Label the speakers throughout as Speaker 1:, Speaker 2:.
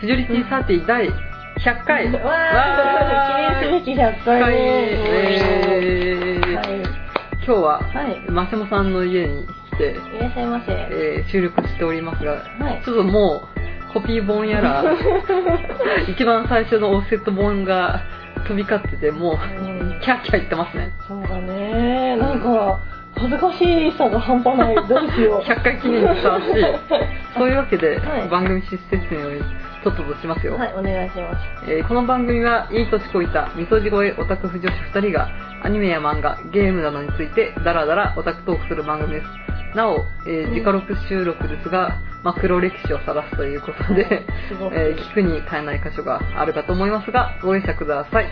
Speaker 1: フジョリティサーティ第100回、
Speaker 2: わあ、記念すべき100回
Speaker 1: 回
Speaker 2: 目。
Speaker 1: えー
Speaker 2: はい、
Speaker 1: 今日は、
Speaker 2: はい
Speaker 1: マセモさんの家に来て、
Speaker 2: いらっしゃいませ。は
Speaker 1: えー収録しておりますが、
Speaker 2: い
Speaker 1: ち。ょっともうコピー本やら一番最初のオフセット本が飛び交っててもう
Speaker 2: うん
Speaker 1: キャッキャ言ってますね
Speaker 2: そうだね。なんか、恥ずかしさが半端ない。どうし よ
Speaker 1: 100回記念にふさ わしいそういうわけで、
Speaker 2: はい
Speaker 1: 番組出説明をちょっととします
Speaker 2: う。
Speaker 1: よ、
Speaker 2: はい、お願いします。
Speaker 1: えーこの番組はいい年こいたみそじ越えオタク婦女子2人がアニメや漫画ゲームなどについてダラダラオタクトークする番組ですなお、えー、
Speaker 2: うん
Speaker 1: 自家録収録ですが、まあ、黒歴史を晒すということで、
Speaker 2: すごい。
Speaker 1: えー聞くに耐えない箇所があるかと思いますがご容赦ください、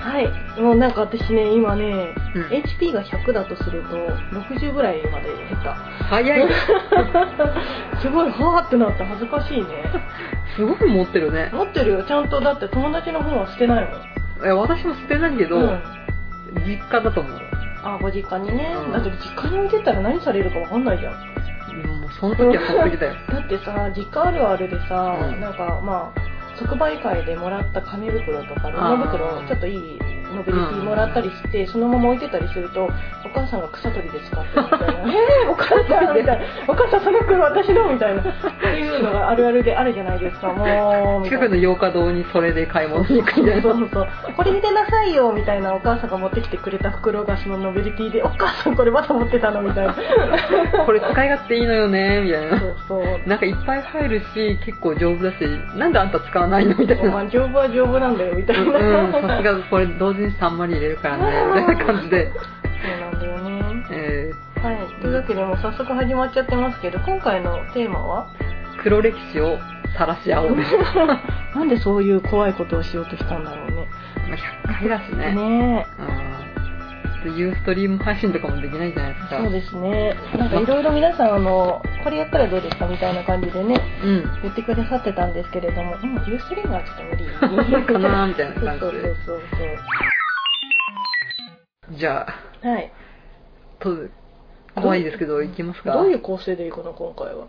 Speaker 2: はい。もうなんか私ね、今ね、
Speaker 1: うん
Speaker 2: HP が100だとすると、60ぐらいまで減った。
Speaker 1: 早 い
Speaker 2: すごい、はーってなった。恥ずか しいね。
Speaker 1: すごく持ってるね
Speaker 2: 持ってるよ。ちゃんと、だって友達の本は捨てないもん。
Speaker 1: え私も捨てないけど、
Speaker 2: うん
Speaker 1: 実家だと思う
Speaker 2: あ、ご実家にね。
Speaker 1: うん
Speaker 2: だって実家に置いてったら何されるかわかんないじゃん。
Speaker 1: もうその時は完璧だよ
Speaker 2: だってさ実家あるあるでさ、
Speaker 1: うん
Speaker 2: なんかまあ即売会でもらった紙袋とか
Speaker 1: あー
Speaker 2: 布袋ちょっといいノベルティもらったりして、そのまま置いてたりするとお母さんが草取りで使ってるみたいな「 えー、お母さん」みたいな 「お母さんその袋私の」みたいなっていうのがあるあるであるじゃないです かもうみた
Speaker 1: 近
Speaker 2: いな
Speaker 1: くの洋華堂にそれで買い物に行くみたい
Speaker 2: そ
Speaker 1: な
Speaker 2: うそうこれ入れなさいよみたいなお母さんが持ってきてくれた袋がそのノベルティで「お母さんこれまた持ってたの」みたいな
Speaker 1: これ使い勝手いいのよねみたい
Speaker 2: そ
Speaker 1: な
Speaker 2: うそう
Speaker 1: なんかいっぱい入るし結構丈夫だしなんであんた使わないのみたい
Speaker 2: お
Speaker 1: な
Speaker 2: 前丈夫は丈夫なんだよみた
Speaker 1: う
Speaker 2: い
Speaker 1: ん
Speaker 2: な、
Speaker 1: うんさすがこれ同時に3割入れるからねみたいな感じで、
Speaker 2: そうなんだよね。
Speaker 1: え
Speaker 2: はい。というわけでもう早速始まっちゃってますけど、今回のテーマは
Speaker 1: ー黒歴史を晒し合おうです
Speaker 2: なんでそういう怖いことをしようとしたんだろうね。
Speaker 1: まあ100回だしね
Speaker 2: ね
Speaker 1: うんユーストリーム配信とかもできないじゃないです
Speaker 2: え。
Speaker 1: か
Speaker 2: そうですね。なんかいろいろ皆さん、あの、これやったらどうですかみたいな感じでね、
Speaker 1: うん
Speaker 2: 言ってくださってたんですけれども、うん、ユーストリームはちょっと無理。
Speaker 1: かなーみたいな感じ
Speaker 2: そうそう
Speaker 1: で
Speaker 2: そう
Speaker 1: じゃあ
Speaker 2: そう。はい。
Speaker 1: と怖いですけど行きますか
Speaker 2: どういう構成でいくの今回は。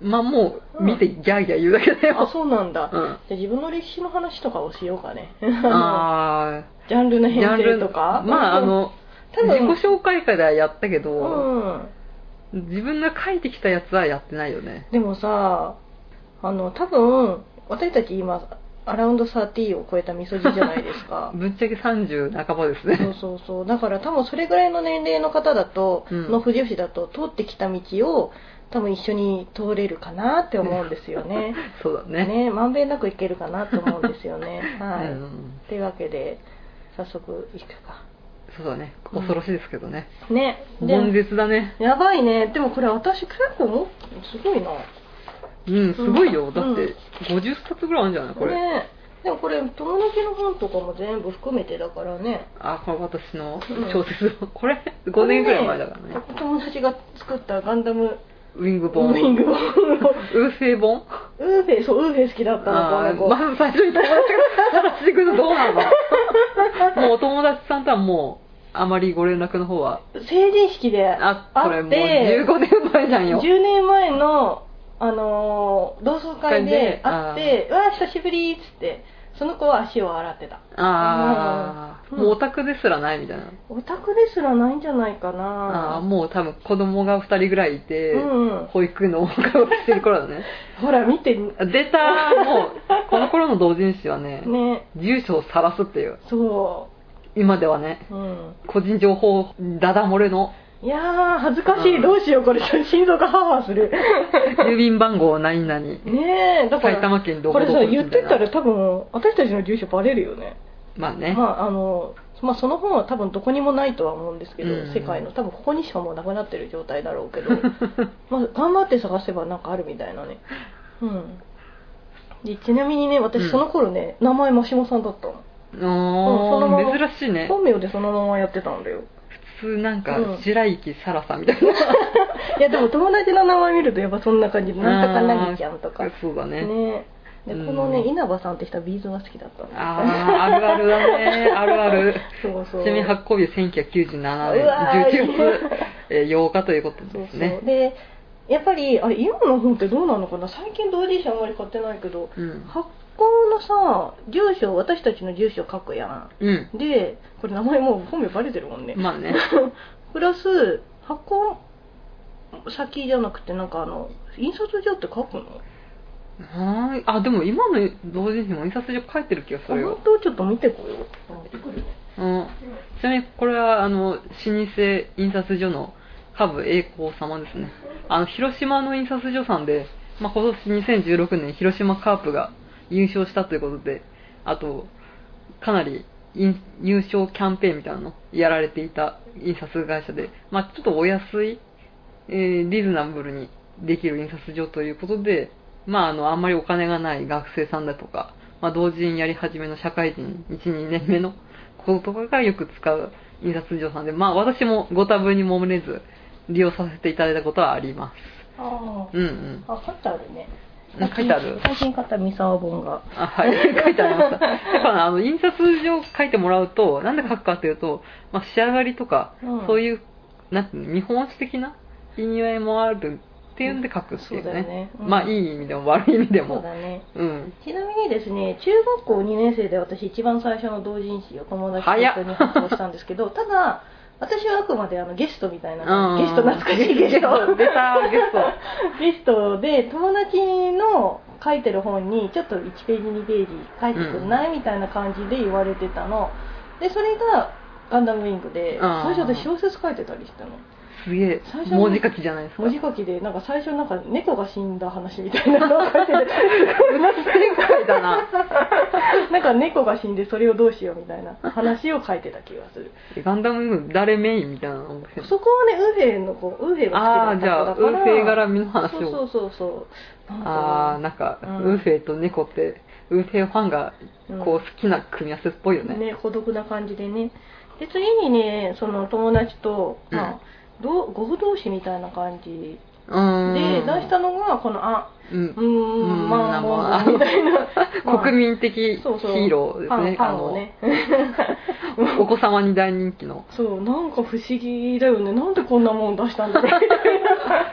Speaker 1: まあもう
Speaker 2: うん
Speaker 1: 見てギャーギャー言うだけだ
Speaker 2: あ、
Speaker 1: よ、
Speaker 2: そうなんだ。
Speaker 1: う
Speaker 2: じゃ
Speaker 1: ん、
Speaker 2: あ自分の歴史の話とかをしようかね。
Speaker 1: あ
Speaker 2: ジャンルの
Speaker 1: ージャ
Speaker 2: 編
Speaker 1: ンル
Speaker 2: 成とか
Speaker 1: まああ、の
Speaker 2: 多分
Speaker 1: 自己紹介会ではやったけ
Speaker 2: う
Speaker 1: ど、
Speaker 2: ん。
Speaker 1: 自分が書いてきたやつはやってないよね
Speaker 2: でもさあの多分私たち今アラウンド30を超えたみそじじゃないで すか
Speaker 1: ぶっちゃけ30半ばです
Speaker 2: そ
Speaker 1: ね
Speaker 2: うそうそうだから多分それぐらいの年齢の方だと、
Speaker 1: うん
Speaker 2: の不女子だと通ってきた道を多分一緒に通れるかなって思うんですよね
Speaker 1: そうだ ね
Speaker 2: ねまんべんなくいけるかなと思うんですよねはい、
Speaker 1: うん、
Speaker 2: というわけで早速いくか
Speaker 1: そうだね恐ろしいですけどね、
Speaker 2: ね
Speaker 1: 悶
Speaker 2: で
Speaker 1: 絶だね
Speaker 2: やばいねでもこれ私結構もすごいな
Speaker 1: うんすごいよ、
Speaker 2: うん
Speaker 1: だって50冊ぐらいあるんじゃないこれ、
Speaker 2: ねでもこれ友達の本とかも全部含めてだからね
Speaker 1: あこれ私の小説、これ5年ぐらい前だからね
Speaker 2: これ友達が作ったガンダム
Speaker 1: ウィング
Speaker 2: ウ
Speaker 1: 本
Speaker 2: ィン
Speaker 1: ウ
Speaker 2: グを
Speaker 1: ーセイ本
Speaker 2: ウーフェイそうウーフェイ好きだったのこ
Speaker 1: あ
Speaker 2: の
Speaker 1: ー
Speaker 2: 子、
Speaker 1: まず最初に友達が話してくるとどうなのもうお友達さんとはもうあまりご連絡の方は
Speaker 2: 成人式であ
Speaker 1: あこれもう
Speaker 2: 会って
Speaker 1: 15年前じゃんよ
Speaker 2: 10年前の、あのー同窓会で会
Speaker 1: 会
Speaker 2: って「うわ久しぶり」っつってその子は足を洗ってた
Speaker 1: ああ、
Speaker 2: うん
Speaker 1: もうオタクですらないみたいな、
Speaker 2: オタクですらないんじゃないか
Speaker 1: ああ
Speaker 2: な
Speaker 1: もう多分子供が2人ぐらいいて、
Speaker 2: うんうん
Speaker 1: 保育園のお迎えをしてる頃だ ね
Speaker 2: ほら見て
Speaker 1: あ出たーもうこの頃の同人誌はね
Speaker 2: ね
Speaker 1: 住所を晒すっていう
Speaker 2: そ
Speaker 1: 今ではね
Speaker 2: ううん
Speaker 1: 個人情報ダダ漏れの
Speaker 2: いやー恥ずかしい、
Speaker 1: うん
Speaker 2: どうしようこれ心臓がハワハワ する
Speaker 1: 郵便番号何々
Speaker 2: ねえだから
Speaker 1: 埼玉県ど
Speaker 2: こ
Speaker 1: こど
Speaker 2: れ
Speaker 1: こ
Speaker 2: さ
Speaker 1: み
Speaker 2: 言ってた
Speaker 1: い
Speaker 2: ら
Speaker 1: な
Speaker 2: 多分私たちの住所バレるよね
Speaker 1: まあね、
Speaker 2: まああのまあその本は多分どこにもないとは思うんですけど、
Speaker 1: うん
Speaker 2: 世界の多分ここにしかもうなくなってる状態だろ うけどまあ頑張って探せばなんかあるみたいなねうんでちなみにね
Speaker 1: う
Speaker 2: 私
Speaker 1: ん
Speaker 2: その頃ね、名前マシモさんだったの
Speaker 1: お
Speaker 2: そのま
Speaker 1: ー
Speaker 2: ま
Speaker 1: 珍しいね
Speaker 2: 本名でそのままやってたんだよ
Speaker 1: 普通なんか、
Speaker 2: うん
Speaker 1: 白雪さらさんみたいない
Speaker 2: やでも友達の名前見るとやっぱそんな感じでなんとかなぎちゃんとか
Speaker 1: そうだね
Speaker 2: ねで
Speaker 1: うん
Speaker 2: このね稲葉さんって人はビーズが好きだったんです
Speaker 1: ああ、あるあるだね。あるある。
Speaker 2: そう そう
Speaker 1: ちなみに発行日は1997年
Speaker 2: うわー
Speaker 1: 11月えー8日ということ
Speaker 2: そう
Speaker 1: で
Speaker 2: そ
Speaker 1: す
Speaker 2: う、
Speaker 1: ね。
Speaker 2: でやっぱりあれイオンの本ってどうなのかな最近同人誌あんまり買ってないけど
Speaker 1: うん。
Speaker 2: 発行のさ住所私たちの住所書くや
Speaker 1: うん。
Speaker 2: んでこれ名前もう本名バレてるもんね、
Speaker 1: まあね。
Speaker 2: プラス発行先じゃなくてなんかあの印刷所って書くの
Speaker 1: はーい。あ、でも今の同人誌も印刷所書いてる気がするよ
Speaker 2: 本。当ちょっと見てこよう
Speaker 1: うん。ちなみにこれは、あの、老舗印刷所のハブ栄光様ですね。あの、広島の印刷所さんで、まあ、今年2016年広島カープが優勝したということで、あと、かなり印優勝キャンペーンみたいなのやられていた印刷会社で、まあ、ちょっとお安い、えーリーズナブルにできる印刷所ということで、まあ、あの、あんまりお金がない学生さんだとか、まあ、同人やり始めの社会人1、2年目の子とかがよく使う印刷所さんで、まあ、私もご多分にもれず利用させていただいたことはありま
Speaker 2: あ
Speaker 1: す。うんうん。
Speaker 2: ああ書いてあるね
Speaker 1: あ書いてある
Speaker 2: 最近買った三沢本が
Speaker 1: あはい、書いてありま した。やっぱあの印刷所書いてもらうと、なんで書くかというと、まあ、仕上がりとか、
Speaker 2: うん
Speaker 1: そういう、なんていうの見本史的な意味合いもあるっていうんで書くっていうね。
Speaker 2: そうだよねうん
Speaker 1: まあ、いい意味でも悪い意味で
Speaker 2: そう
Speaker 1: も。
Speaker 2: だね
Speaker 1: うん。
Speaker 2: ちなみにですね中学校2年生で私一番最初の同人誌を友達と一緒に発行したんですけどただ私はあくまであのゲストみたいな
Speaker 1: うん
Speaker 2: ゲスト懐かしいゲスト
Speaker 1: 出た、ゲスト。
Speaker 2: ゲストで友達の書いてる本にちょっと1ページ2ページ書いてくんない、みたいな感じで言われてたのでそれが「ガンダムウィングで」
Speaker 1: あー
Speaker 2: 最初私小説書いてたりしたの
Speaker 1: すげえ
Speaker 2: 最、初の
Speaker 1: 文字書きじゃないですか。
Speaker 2: 文字書きでなんか最初なんか猫が死んだ話みたいなのを書い てて
Speaker 1: 展開だな。
Speaker 2: なんか猫が死んでそれをどうしようみたいな話を書いてた気がする
Speaker 1: ガンダム誰メインみたいなの面白い
Speaker 2: そこはねウーフェンの子ウーフェン
Speaker 1: ああ、
Speaker 2: が好き
Speaker 1: じゃ
Speaker 2: だ
Speaker 1: あ、
Speaker 2: った
Speaker 1: ウ
Speaker 2: 子だから
Speaker 1: ーフェイ絡みの話を。
Speaker 2: そうそうそうそうなんか
Speaker 1: あーなんか、
Speaker 2: うん
Speaker 1: ウーフェイと猫ってウーフェイファンが
Speaker 2: うん
Speaker 1: こう好きな組み合わせっぽいよね,、
Speaker 2: ね、孤独な感じでね。で、次にね、その友達と、
Speaker 1: うん
Speaker 2: まあ、どう合同誌みたいな感じ
Speaker 1: うーん
Speaker 2: で出したのが、この、あ、
Speaker 1: うん
Speaker 2: うーん、まあ、
Speaker 1: まあ
Speaker 2: もうみたいな。 まあ
Speaker 1: 国民的ヒ
Speaker 2: そうそう
Speaker 1: ーローですね
Speaker 2: パンパンをね。
Speaker 1: あのお子様に大人気の
Speaker 2: そう、なんか不思議だよね。なんでこんなもん出したん だろう。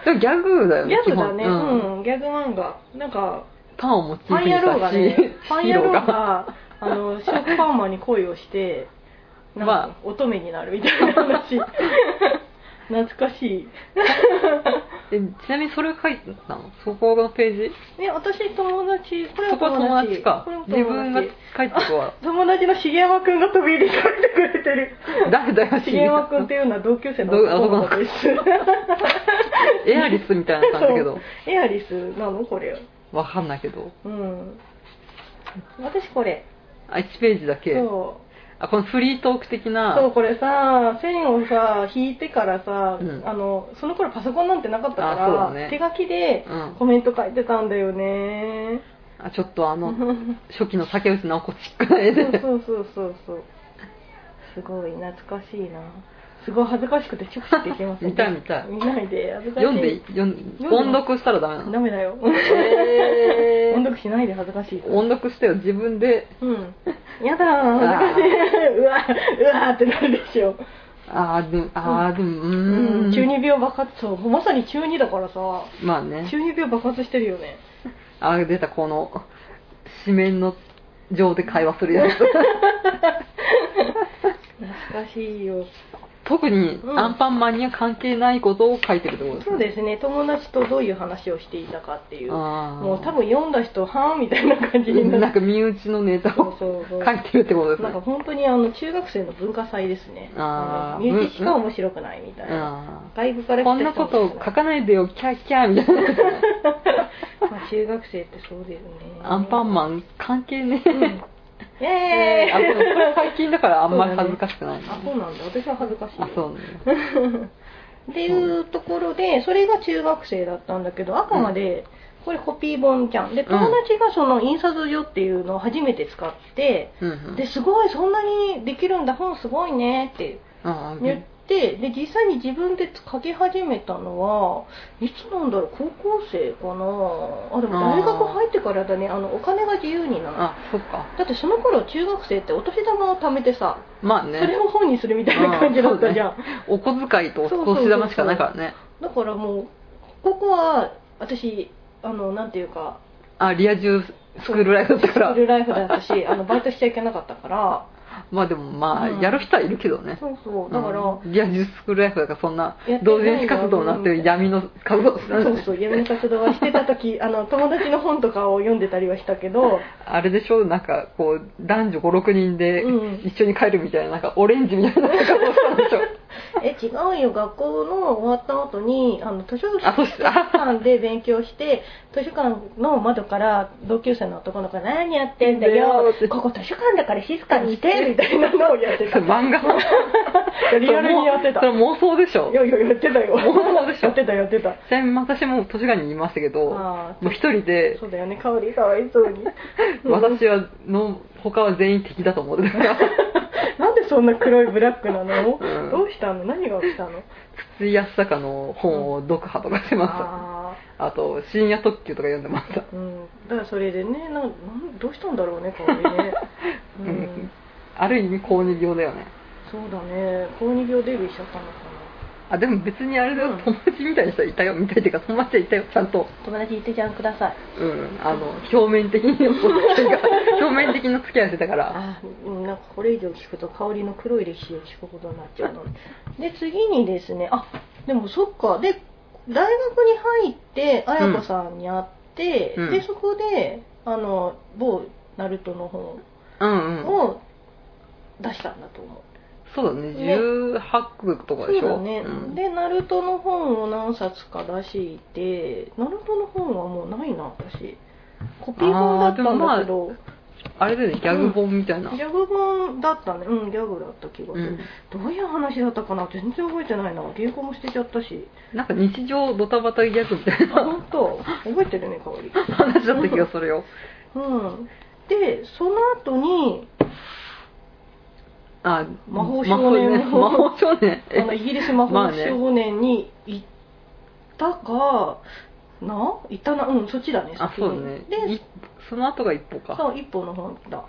Speaker 1: でもギャグだよ
Speaker 2: ギ
Speaker 1: ね
Speaker 2: ャグだね。
Speaker 1: 基本うん
Speaker 2: うん、ギャグ漫画。なんか、
Speaker 1: パンをモチー
Speaker 2: パ
Speaker 1: フ
Speaker 2: ン
Speaker 1: に
Speaker 2: 野郎
Speaker 1: し
Speaker 2: が
Speaker 1: たし、
Speaker 2: ね、 パン
Speaker 1: ヒ
Speaker 2: 野
Speaker 1: ーロ
Speaker 2: 郎
Speaker 1: ーが
Speaker 2: が、あの、ショックパンマンに恋を して、なん
Speaker 1: ま
Speaker 2: か、乙女になるみたいな話。 懐かし い。
Speaker 1: えちなみにそれ書いてたのそこのページ
Speaker 2: ね、私友達、これ
Speaker 1: そ
Speaker 2: は
Speaker 1: こは友
Speaker 2: 友達。
Speaker 1: 達か
Speaker 2: これも
Speaker 1: 自分
Speaker 2: 友
Speaker 1: が
Speaker 2: 達。
Speaker 1: 書いて たのは
Speaker 2: 友達の茂山くんが飛び入りされてくれてる。
Speaker 1: 誰だよ
Speaker 2: 茂山くんっていうのは同級生の男の子です。
Speaker 1: エアリスみたいな感じだけど
Speaker 2: エアリスなのこれ。
Speaker 1: わかんないけど
Speaker 2: うん。私これ。
Speaker 1: あ1ページだけ
Speaker 2: そう。
Speaker 1: あこのフリートーク的な
Speaker 2: そうこれさ線をさ引いてからさ、
Speaker 1: うん
Speaker 2: あのその頃パソコンなんてなかったか
Speaker 1: あそう
Speaker 2: ら、
Speaker 1: だね
Speaker 2: 手書きで
Speaker 1: うん
Speaker 2: コメント書いてたんだよね、
Speaker 1: あちょっとあの
Speaker 2: そう
Speaker 1: 初期の竹内直子チックな絵で
Speaker 2: そうそうそうそうすごい懐かしいなすごい恥ずかしくてチクチクいけません
Speaker 1: 見たい見たい
Speaker 2: 見ないで恥ずかしい
Speaker 1: 読んで読ん
Speaker 2: 読んで
Speaker 1: 音読したらダメなの
Speaker 2: ダメだよ
Speaker 1: え
Speaker 2: 音読しないで恥ずかしいから
Speaker 1: 音読してよ自分で
Speaker 2: うんやだー恥ずかしい うわうわーってなるでしょ
Speaker 1: あーでもあーでもうー
Speaker 2: うんん中二病爆発そうまさに中二だからさ
Speaker 1: まあね
Speaker 2: 中二病爆発してるよね
Speaker 1: あー出たこの紙面の上で会話するやつ
Speaker 2: 懐かしいよ
Speaker 1: 特に
Speaker 2: うん
Speaker 1: アンパンマンには関係ないことを書いてるってことです
Speaker 2: そう
Speaker 1: ね
Speaker 2: ですね友達とどういう話をしていたかっていう
Speaker 1: あー
Speaker 2: もう多分読んだ人はぁみたいな感じにな
Speaker 1: なん
Speaker 2: る
Speaker 1: か身内のネタを
Speaker 2: そうそ
Speaker 1: 書
Speaker 2: う
Speaker 1: いてるってことです
Speaker 2: なん
Speaker 1: ね
Speaker 2: か本当にあの中学生の文化祭ですね
Speaker 1: あー
Speaker 2: の身内しか面白くないみたいな、
Speaker 1: あ
Speaker 2: 外部から
Speaker 1: ー
Speaker 2: 来た
Speaker 1: こ
Speaker 2: 人
Speaker 1: んなことを
Speaker 2: も
Speaker 1: 書かないでよキャーキャーみたいな
Speaker 2: まあ中学生ってそうですね
Speaker 1: アンパン
Speaker 2: ン
Speaker 1: マン関係ね
Speaker 2: うんイエ
Speaker 1: えーあ
Speaker 2: ーイ
Speaker 1: でもこれ最近だからあんまり恥ずかしくない、
Speaker 2: あそうなんだ私は恥ずかしいよ
Speaker 1: あそうね
Speaker 2: っていうところでそれが中学生だったんだけどあくまでこれコピー本じゃんで
Speaker 1: ん
Speaker 2: 友達がその印刷所っていうのを初めて使って
Speaker 1: うんうん
Speaker 2: ですごいそんなにできるんだ本すごいねって
Speaker 1: ああ
Speaker 2: 言っってで実際に自分で書き始めたのはいつなんだろう高校生かなあでも大学入ってからだねあのお金が自由になる
Speaker 1: あそっか
Speaker 2: だってその頃中学生ってお年玉を貯めてさ
Speaker 1: まあ
Speaker 2: それ
Speaker 1: ね
Speaker 2: を本にするみたいな感じだったじゃん、
Speaker 1: お小遣いとお年玉しかないからね
Speaker 2: だからもうここは私あのなんていうか
Speaker 1: あリア充スクールライフだったか
Speaker 2: スクー
Speaker 1: ら
Speaker 2: ルライフだっ たしあのバイトしちゃいけなかったから
Speaker 1: まあでもまあ
Speaker 2: うん
Speaker 1: やる人はいるけどね
Speaker 2: そうそうだから、
Speaker 1: うんリア充スクールライフだからそんな
Speaker 2: やってないんだ
Speaker 1: 同人誌活動になってる闇の活動して
Speaker 2: そ
Speaker 1: な
Speaker 2: う
Speaker 1: い
Speaker 2: そう闇の活動はしてた時あの友達の本とかを読んでたりはしたけど
Speaker 1: あれでしょなんかこう男女56人で
Speaker 2: うん
Speaker 1: 一緒に帰るみたいななんかオレンジみたいな活動したんでしょ
Speaker 2: え違うよ学校の終わった後にあの図書
Speaker 1: あそうし
Speaker 2: 図書館で勉強して図書館の窓から同級生の男の子が「何やってんだよ
Speaker 1: って
Speaker 2: ここ図書館だから静かにして」みたいなのをやって た
Speaker 1: 漫画
Speaker 2: リアルにやってた
Speaker 1: それ妄想でしょ
Speaker 2: いやいややってたよ
Speaker 1: そうでしょ
Speaker 2: やってたやってた
Speaker 1: ちなみに私も図書館にいましたけども
Speaker 2: あ
Speaker 1: う一人
Speaker 2: ー
Speaker 1: で
Speaker 2: そうだよね香りかわいそうに
Speaker 1: 私はの他は全員敵だと思ってたから
Speaker 2: なんでそんな黒いブラックなの、
Speaker 1: うん
Speaker 2: どうしたの何が起きたの
Speaker 1: 筒井康隆の本を読破とかしてました
Speaker 2: あー
Speaker 1: あと深夜特急とか読んでました
Speaker 2: うん、だからそれでねななんどうしたんだろうね香りね、 う
Speaker 1: うんん、ある意味高二病だよね
Speaker 2: そうだね高2病デビューしちゃったのか
Speaker 1: あでも別にあれだ
Speaker 2: う
Speaker 1: よ
Speaker 2: ん
Speaker 1: 友達みたいな人はいたよみたいっていうか友達はいたよちゃんと
Speaker 2: な友達いてじゃんください
Speaker 1: うんあの表面的にってい うか表面的な付き合いをしてたから
Speaker 2: あうんなんかこれ以上聞くと香りの黒い歴史を聞くことになっちゃうので次にですねあでもそっかで大学に入って綾子さんに会って、
Speaker 1: うん
Speaker 2: でそこであの某ナルトの本
Speaker 1: うんうん
Speaker 2: を出したんだと思う、
Speaker 1: そうだね
Speaker 2: ね
Speaker 1: 18区とか
Speaker 2: そ
Speaker 1: で
Speaker 2: う
Speaker 1: しょ
Speaker 2: だね、
Speaker 1: うん
Speaker 2: でナルトの本を何冊か出してナルトの本はもうないな私コピー本だったんだけど、
Speaker 1: あれだよねギャグ本みたいな
Speaker 2: ギャグ本だったねうんギャグだった気がす
Speaker 1: う
Speaker 2: る
Speaker 1: ん、
Speaker 2: どういう話だったかな全然覚えてないな原稿も捨てちゃっ たし
Speaker 1: なんか日常ドタバタギャグみたい
Speaker 2: あ
Speaker 1: な
Speaker 2: 本当覚えてるね香り
Speaker 1: 話だった気がするよ
Speaker 2: うんでその後に
Speaker 1: あ
Speaker 2: 魔法少年
Speaker 1: 魔法少年
Speaker 2: あのイギリス魔
Speaker 1: ま
Speaker 2: 法
Speaker 1: あね
Speaker 2: 少年に行ったか、な行ったなうんそっちだね
Speaker 1: あ
Speaker 2: 先に
Speaker 1: そうだね
Speaker 2: で
Speaker 1: いその後が一歩か
Speaker 2: そう一歩の本だ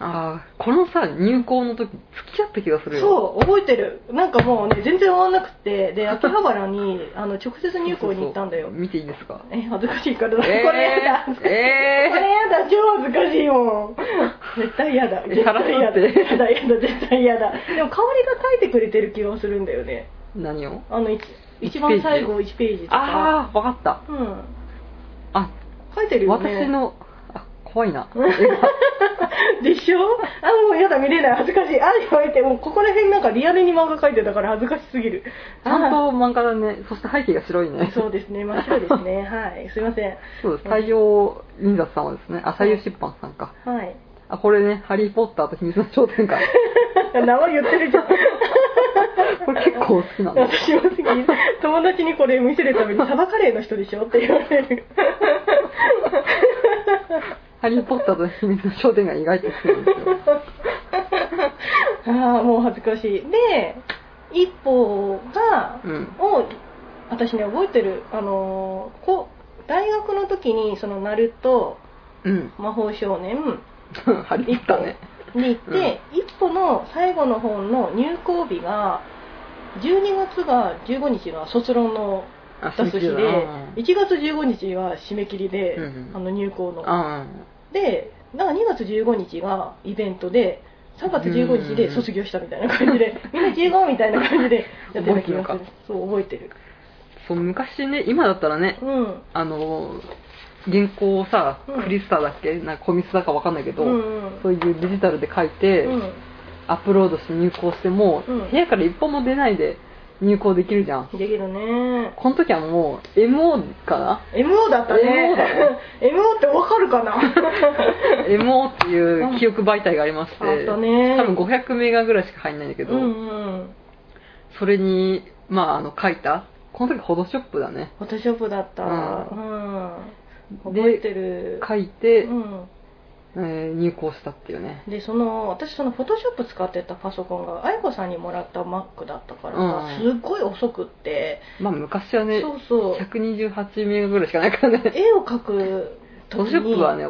Speaker 1: あーこのさ入校の時付き合った気がするよ
Speaker 2: そう覚えてるなんかもうね全然終わんなくてで秋葉原にあの直接入校に行ったんだよ
Speaker 1: そうそう見ていいですか
Speaker 2: え恥ずかしいからだ、
Speaker 1: えー
Speaker 2: これやだ、これ
Speaker 1: え
Speaker 2: やだ超恥ずかしいもん絶対やだ
Speaker 1: え
Speaker 2: 絶対や
Speaker 1: さら
Speaker 2: だ
Speaker 1: って
Speaker 2: やだやだ絶対やだでも香りが書いてくれてる気がするんだよね
Speaker 1: ー、何を
Speaker 2: あのい一番最後1ページとか
Speaker 1: ああわかった
Speaker 2: うん
Speaker 1: あ
Speaker 2: 書いてるよね
Speaker 1: 私のあ怖いな
Speaker 2: でしょあもうやだ見れない恥ずかしいあやばいってもうここら辺なんかリアルに漫画書いてたから恥ずかしすぎる
Speaker 1: ちゃんと漫画だ ねそして背景が白いね
Speaker 2: そうですね、真っ白です ね。はい、すいません。
Speaker 1: そうです太陽印刷さんはですねあ太陽出版さんか
Speaker 2: はい。
Speaker 1: あこれね「ハリー・ポッターと秘密の頂点 か」
Speaker 2: 名前言ってる じゃん。
Speaker 1: これ結構好きなんだ
Speaker 2: 私も好き。友達にこれ見せるために、サバカレーの人でしょって言われる。
Speaker 1: ハリー・ポッターと秘密の商店が意外と好きなんですよ。
Speaker 2: ああ、もう恥ずかしい。で、一歩が、
Speaker 1: うん。
Speaker 2: を、私ね、覚えてる。あのーこ大学の時に、その、ナルト、
Speaker 1: うん。
Speaker 2: 魔法少年、
Speaker 1: ハリー・ポッターね。
Speaker 2: に行って、一歩の最後の本の入校日が12月が15日が卒論の
Speaker 1: あ、
Speaker 2: 出す日で
Speaker 1: だな
Speaker 2: 1月15日は締め切りで、
Speaker 1: うんうん
Speaker 2: あの入校の
Speaker 1: あ
Speaker 2: でなんか2月15日がイベントで3月15日で卒業したみたいな感じで、みんな集合みたいな感じでやってた気がす
Speaker 1: 覚えてるのか
Speaker 2: るそう覚えてる
Speaker 1: そう、昔ね、今だったらね、
Speaker 2: うん
Speaker 1: あのー、原稿をさ
Speaker 2: うん、
Speaker 1: クリスタだっけなんかコミスだかわかんないけど、
Speaker 2: うんうん
Speaker 1: そういうデジタルで書いて、
Speaker 2: うん
Speaker 1: アップロードして入稿しても、
Speaker 2: うん
Speaker 1: 部屋から一歩も出ないで入稿できるじゃん。
Speaker 2: できるね
Speaker 1: この時はもう、MO かな
Speaker 2: MO だったね
Speaker 1: MO だ ね
Speaker 2: MO ってわかるかな
Speaker 1: ?MO っていう記憶媒体がありまして、
Speaker 2: あったね
Speaker 1: 多分500メガぐらいしか入んないんだ けど、
Speaker 2: うんうん
Speaker 1: それに、まあ、あの、書いた。この時、フォトショップだね。
Speaker 2: フォトショップだった、う
Speaker 1: うん
Speaker 2: ん、
Speaker 1: で
Speaker 2: 覚えてる
Speaker 1: 書いて、
Speaker 2: うん、
Speaker 1: えー入校したっていうね。
Speaker 2: でその私そのフォトショップ使ってたパソコンが愛子さんにもらった Mac だったから、
Speaker 1: うん
Speaker 2: すっごい遅くって、
Speaker 1: まあ昔はね、
Speaker 2: そうそう
Speaker 1: 128メガぐらいしかないからね。
Speaker 2: 絵を描く
Speaker 1: ト
Speaker 2: 時
Speaker 1: ショッ
Speaker 2: に
Speaker 1: プはね、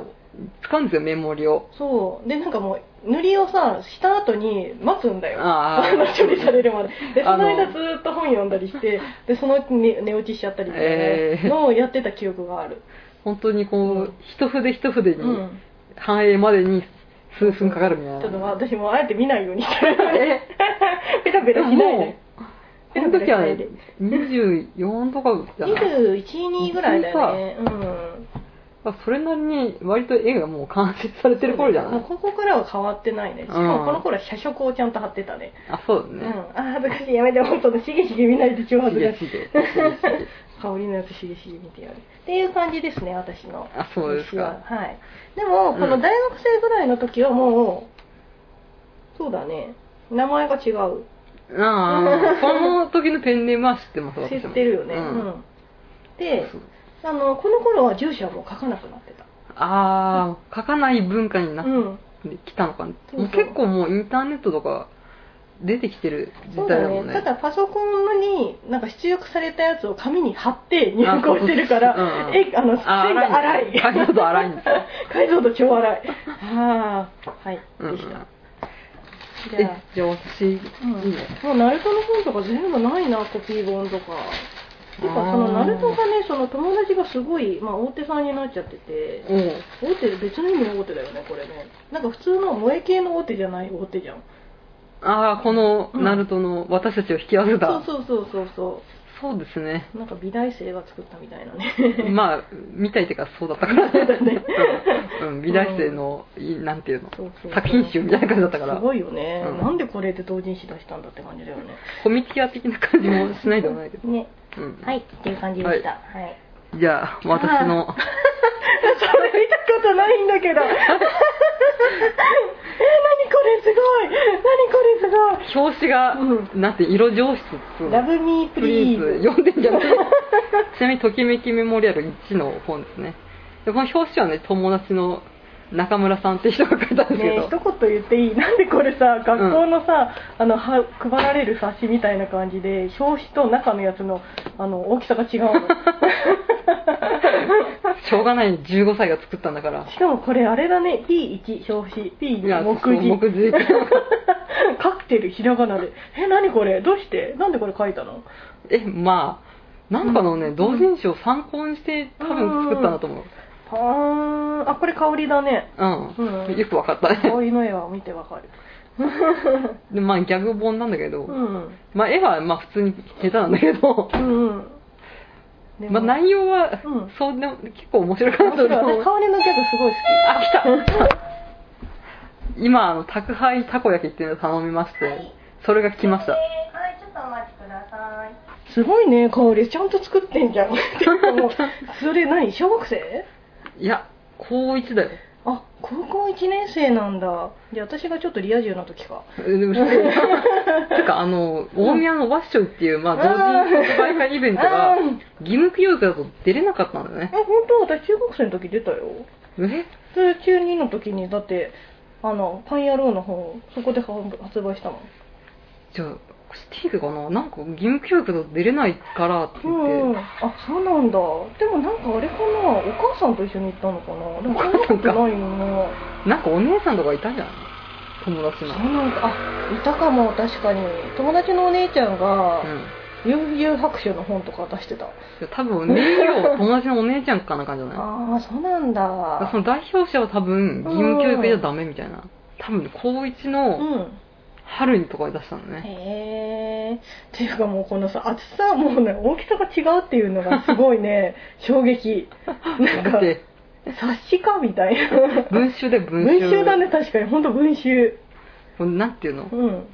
Speaker 1: 使うんですよ、メモリを。
Speaker 2: そうでなんかもう塗りをさした後に待つんだよ
Speaker 1: あ
Speaker 2: あの処理される まででそ
Speaker 1: あ
Speaker 2: の
Speaker 1: の
Speaker 2: 間ずーっと本読んだりしてでそのうちに寝落ちしちゃったりみたいな
Speaker 1: えー
Speaker 2: のをやってた記憶がある、
Speaker 1: 本当に
Speaker 2: う
Speaker 1: こ
Speaker 2: ん
Speaker 1: う、一筆一筆
Speaker 2: う
Speaker 1: に、
Speaker 2: ん、
Speaker 1: 繁栄までに数分かかるみたいな。
Speaker 2: ちょっと私もあえて見ないようにしてる ペタペ
Speaker 1: で
Speaker 2: タ
Speaker 1: も
Speaker 2: しない
Speaker 1: も
Speaker 2: で
Speaker 1: う、この時はね、24とかじゃない
Speaker 2: 212ぐらいだよねうん
Speaker 1: まあそれなりに割と絵がもう完成されてる頃じゃな
Speaker 2: もう
Speaker 1: い
Speaker 2: ここからは変わってないねしかもこの頃は社食をちゃんと貼ってたね、
Speaker 1: あ、そう
Speaker 2: う
Speaker 1: だ
Speaker 2: ん
Speaker 1: ね。
Speaker 2: あー恥ずかしいやめて本当のしげしげ見ないで超恥ずかしい
Speaker 1: しで。
Speaker 2: 香りのやつしげしげ見てやるっていう感じですね私の
Speaker 1: あ、そうです
Speaker 2: は
Speaker 1: か。
Speaker 2: はいでも、
Speaker 1: うん
Speaker 2: この大学生ぐらいの時はもうそうだね名前が違う
Speaker 1: あ あ、この時のペンネームは知ってます、
Speaker 2: 知
Speaker 1: 私も
Speaker 2: ってるよね、
Speaker 1: う
Speaker 2: うん
Speaker 1: ん。
Speaker 2: で
Speaker 1: そう
Speaker 2: あのこの頃は住所はもう書かなくなってた
Speaker 1: ああ、書かない文化になっ
Speaker 2: うん
Speaker 1: てきたのかな。
Speaker 2: そうそう
Speaker 1: もう結構もうインターネットとか出てきてる時
Speaker 2: そう
Speaker 1: 代
Speaker 2: だ
Speaker 1: だもん
Speaker 2: ね
Speaker 1: ね。
Speaker 2: ただパソコンになんか出力されたやつを紙に貼って入稿してるか
Speaker 1: あ
Speaker 2: ら
Speaker 1: そうそう
Speaker 2: えあの線
Speaker 1: あー
Speaker 2: が荒い
Speaker 1: 解像度荒いん ですよ。
Speaker 2: 解像度超荒いああはい
Speaker 1: うんう
Speaker 2: で
Speaker 1: ん
Speaker 2: した、じ
Speaker 1: え
Speaker 2: ゃあ、
Speaker 1: じゃあ私、いい
Speaker 2: うん
Speaker 1: ね。
Speaker 2: もうナルトの本とか全部ないなコピー本とかていうかそのナルトがねその友達がすごい、まあ、大手さんになっちゃってて
Speaker 1: おう
Speaker 2: 大手別の意味の大手だよねこれねなんか普通の萌え系の大手じゃない大手じゃん
Speaker 1: ああ、このナルトの私たちを引き合わせた。
Speaker 2: そうそうそうそうそ
Speaker 1: そうですね。
Speaker 2: うなんか美大生が作ったみたいなね
Speaker 1: まあ、見たいっていうかそうだったからね。
Speaker 2: ね
Speaker 1: うんうん、美大生の、いなんていうの、
Speaker 2: そうそうそう
Speaker 1: 作品集みたいな感じだったから
Speaker 2: す、ごいよね、
Speaker 1: うん
Speaker 2: なんでこれで同人誌出したんだって感じだよね
Speaker 1: コミティア的な感じもしないではないけど。
Speaker 2: ね
Speaker 1: うん、
Speaker 2: はいっていう感じでしたはい、
Speaker 1: じゃあ、私の、
Speaker 2: それ見たことないんだ けどえ何これすごい何これす
Speaker 1: 表紙が、
Speaker 2: う
Speaker 1: なんて色上質
Speaker 2: ごいラブミープ
Speaker 1: プ
Speaker 2: リ
Speaker 1: リ
Speaker 2: ーズ
Speaker 1: ーズ読んでんじゃ ないちなみに「ときめきメモリアル1」の本ですねでこの表紙はね友達の中村さんって人が書いたんですけ
Speaker 2: ねえ
Speaker 1: ど、
Speaker 2: 一言言っていいなんでこれさ学校のさ、あのは配られる冊子みたいな感じで表紙と中のやつのあの大きさが違う の
Speaker 1: しょうがない15歳が作ったんだ から
Speaker 2: しかもこれあれだね P1 表紙 P2 目
Speaker 1: そう
Speaker 2: 次
Speaker 1: 目次
Speaker 2: カクテルひらがなでえ何これどうしてなんでこれ書いたの
Speaker 1: えまあなんかのね、
Speaker 2: うん
Speaker 1: 同人誌を参考にして多分作ったんだと思う
Speaker 2: はーんあこれ香りだね
Speaker 1: うん、
Speaker 2: うん
Speaker 1: よくわかったね
Speaker 2: 香りの絵は見てわか る
Speaker 1: でまあギャグ本なんだけど、
Speaker 2: うん
Speaker 1: まあ絵はまあ普通に下手なんだけ ど
Speaker 2: うんうんで
Speaker 1: まあ内容は、
Speaker 2: うん
Speaker 1: そうでも結構面白いか
Speaker 2: 面
Speaker 1: なと
Speaker 2: 白い
Speaker 1: 思う
Speaker 2: 私香りのギャグすごい好
Speaker 1: あ、
Speaker 2: き
Speaker 1: 来た。今、あの、宅配たこ焼きっていうのを頼みまして、それが来ました。
Speaker 3: はい、ちょっとお待ちください。
Speaker 2: すごいね、香り。ちゃんと作ってん じゃん。てかもうそれ何小学生
Speaker 1: いや、高1だよ。
Speaker 2: あ、高校1年生なんだ。で、私がちょっとリア充の時か。
Speaker 1: えでも、てか、あの、大宮のワッショイっていう、まあ、同人発売会イベントが
Speaker 2: う、ん
Speaker 1: 義務教育だと出れなかったんだよ
Speaker 2: え、
Speaker 1: ね。
Speaker 2: 本当私中学生の時出たよ。
Speaker 1: え
Speaker 2: それ中2の時に、だって、あの、パン野郎の本、そこで発売したの。
Speaker 1: じゃあ、シティークかななんか、義務教育だと出れないからって
Speaker 2: う
Speaker 1: 言って、
Speaker 2: ん。あ、そうなんだ。でもなんかあれかな、お母さんと一緒に行ったのかな。でもそんなことないよな。
Speaker 1: なんかお姉さんとかいたんじゃない友達
Speaker 2: そう
Speaker 1: の。
Speaker 2: なんだ。あ、いたかも、確かに。友達のお姉ちゃんが、
Speaker 1: うん。
Speaker 2: 悠々白書の本とか出してた。
Speaker 1: 多分、年を友達のお姉ちゃんかなんかじゃない
Speaker 2: ああそうなんだ
Speaker 1: その代表者は多分義務教育じゃダメみたいな多分高1
Speaker 2: う
Speaker 1: の
Speaker 2: ん
Speaker 1: 春にとかで出したのね、
Speaker 2: へえっていうかもうこのさ厚さもうね大きさが違うっていうのがすごい ね衝撃なん
Speaker 1: だ
Speaker 2: か
Speaker 1: って
Speaker 2: 冊子かみたいな
Speaker 1: 文集で文
Speaker 2: 文
Speaker 1: 集
Speaker 2: 集だね確かに本当文集
Speaker 1: こうなんていうの
Speaker 2: うん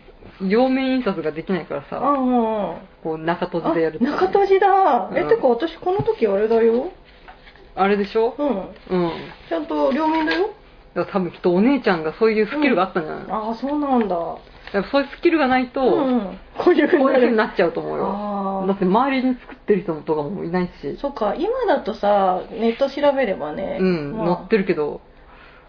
Speaker 1: 両面印刷ができないから
Speaker 2: あ
Speaker 1: さ
Speaker 2: あ
Speaker 1: こう中閉じ
Speaker 2: あ
Speaker 1: でやるっていう
Speaker 2: 中閉じだえ
Speaker 1: うん
Speaker 2: てか私この時あれだよ
Speaker 1: あれでしょ
Speaker 2: うん
Speaker 1: うん
Speaker 2: ちゃんと両面だよ
Speaker 1: だから多分きっとお姉ちゃんがそういうスキルがあったんじゃないの、
Speaker 2: ああそうなんだう
Speaker 1: やっぱそういうスキルがないと、
Speaker 2: んこういうふう
Speaker 1: こういう風に
Speaker 2: になる
Speaker 1: なっちゃうと思うよ
Speaker 2: あ
Speaker 1: だ
Speaker 2: あ
Speaker 1: って周りに作ってる人とかもいないし
Speaker 2: そっか今だとさネット調べればね
Speaker 1: うん、
Speaker 2: まあ
Speaker 1: 載ってるけど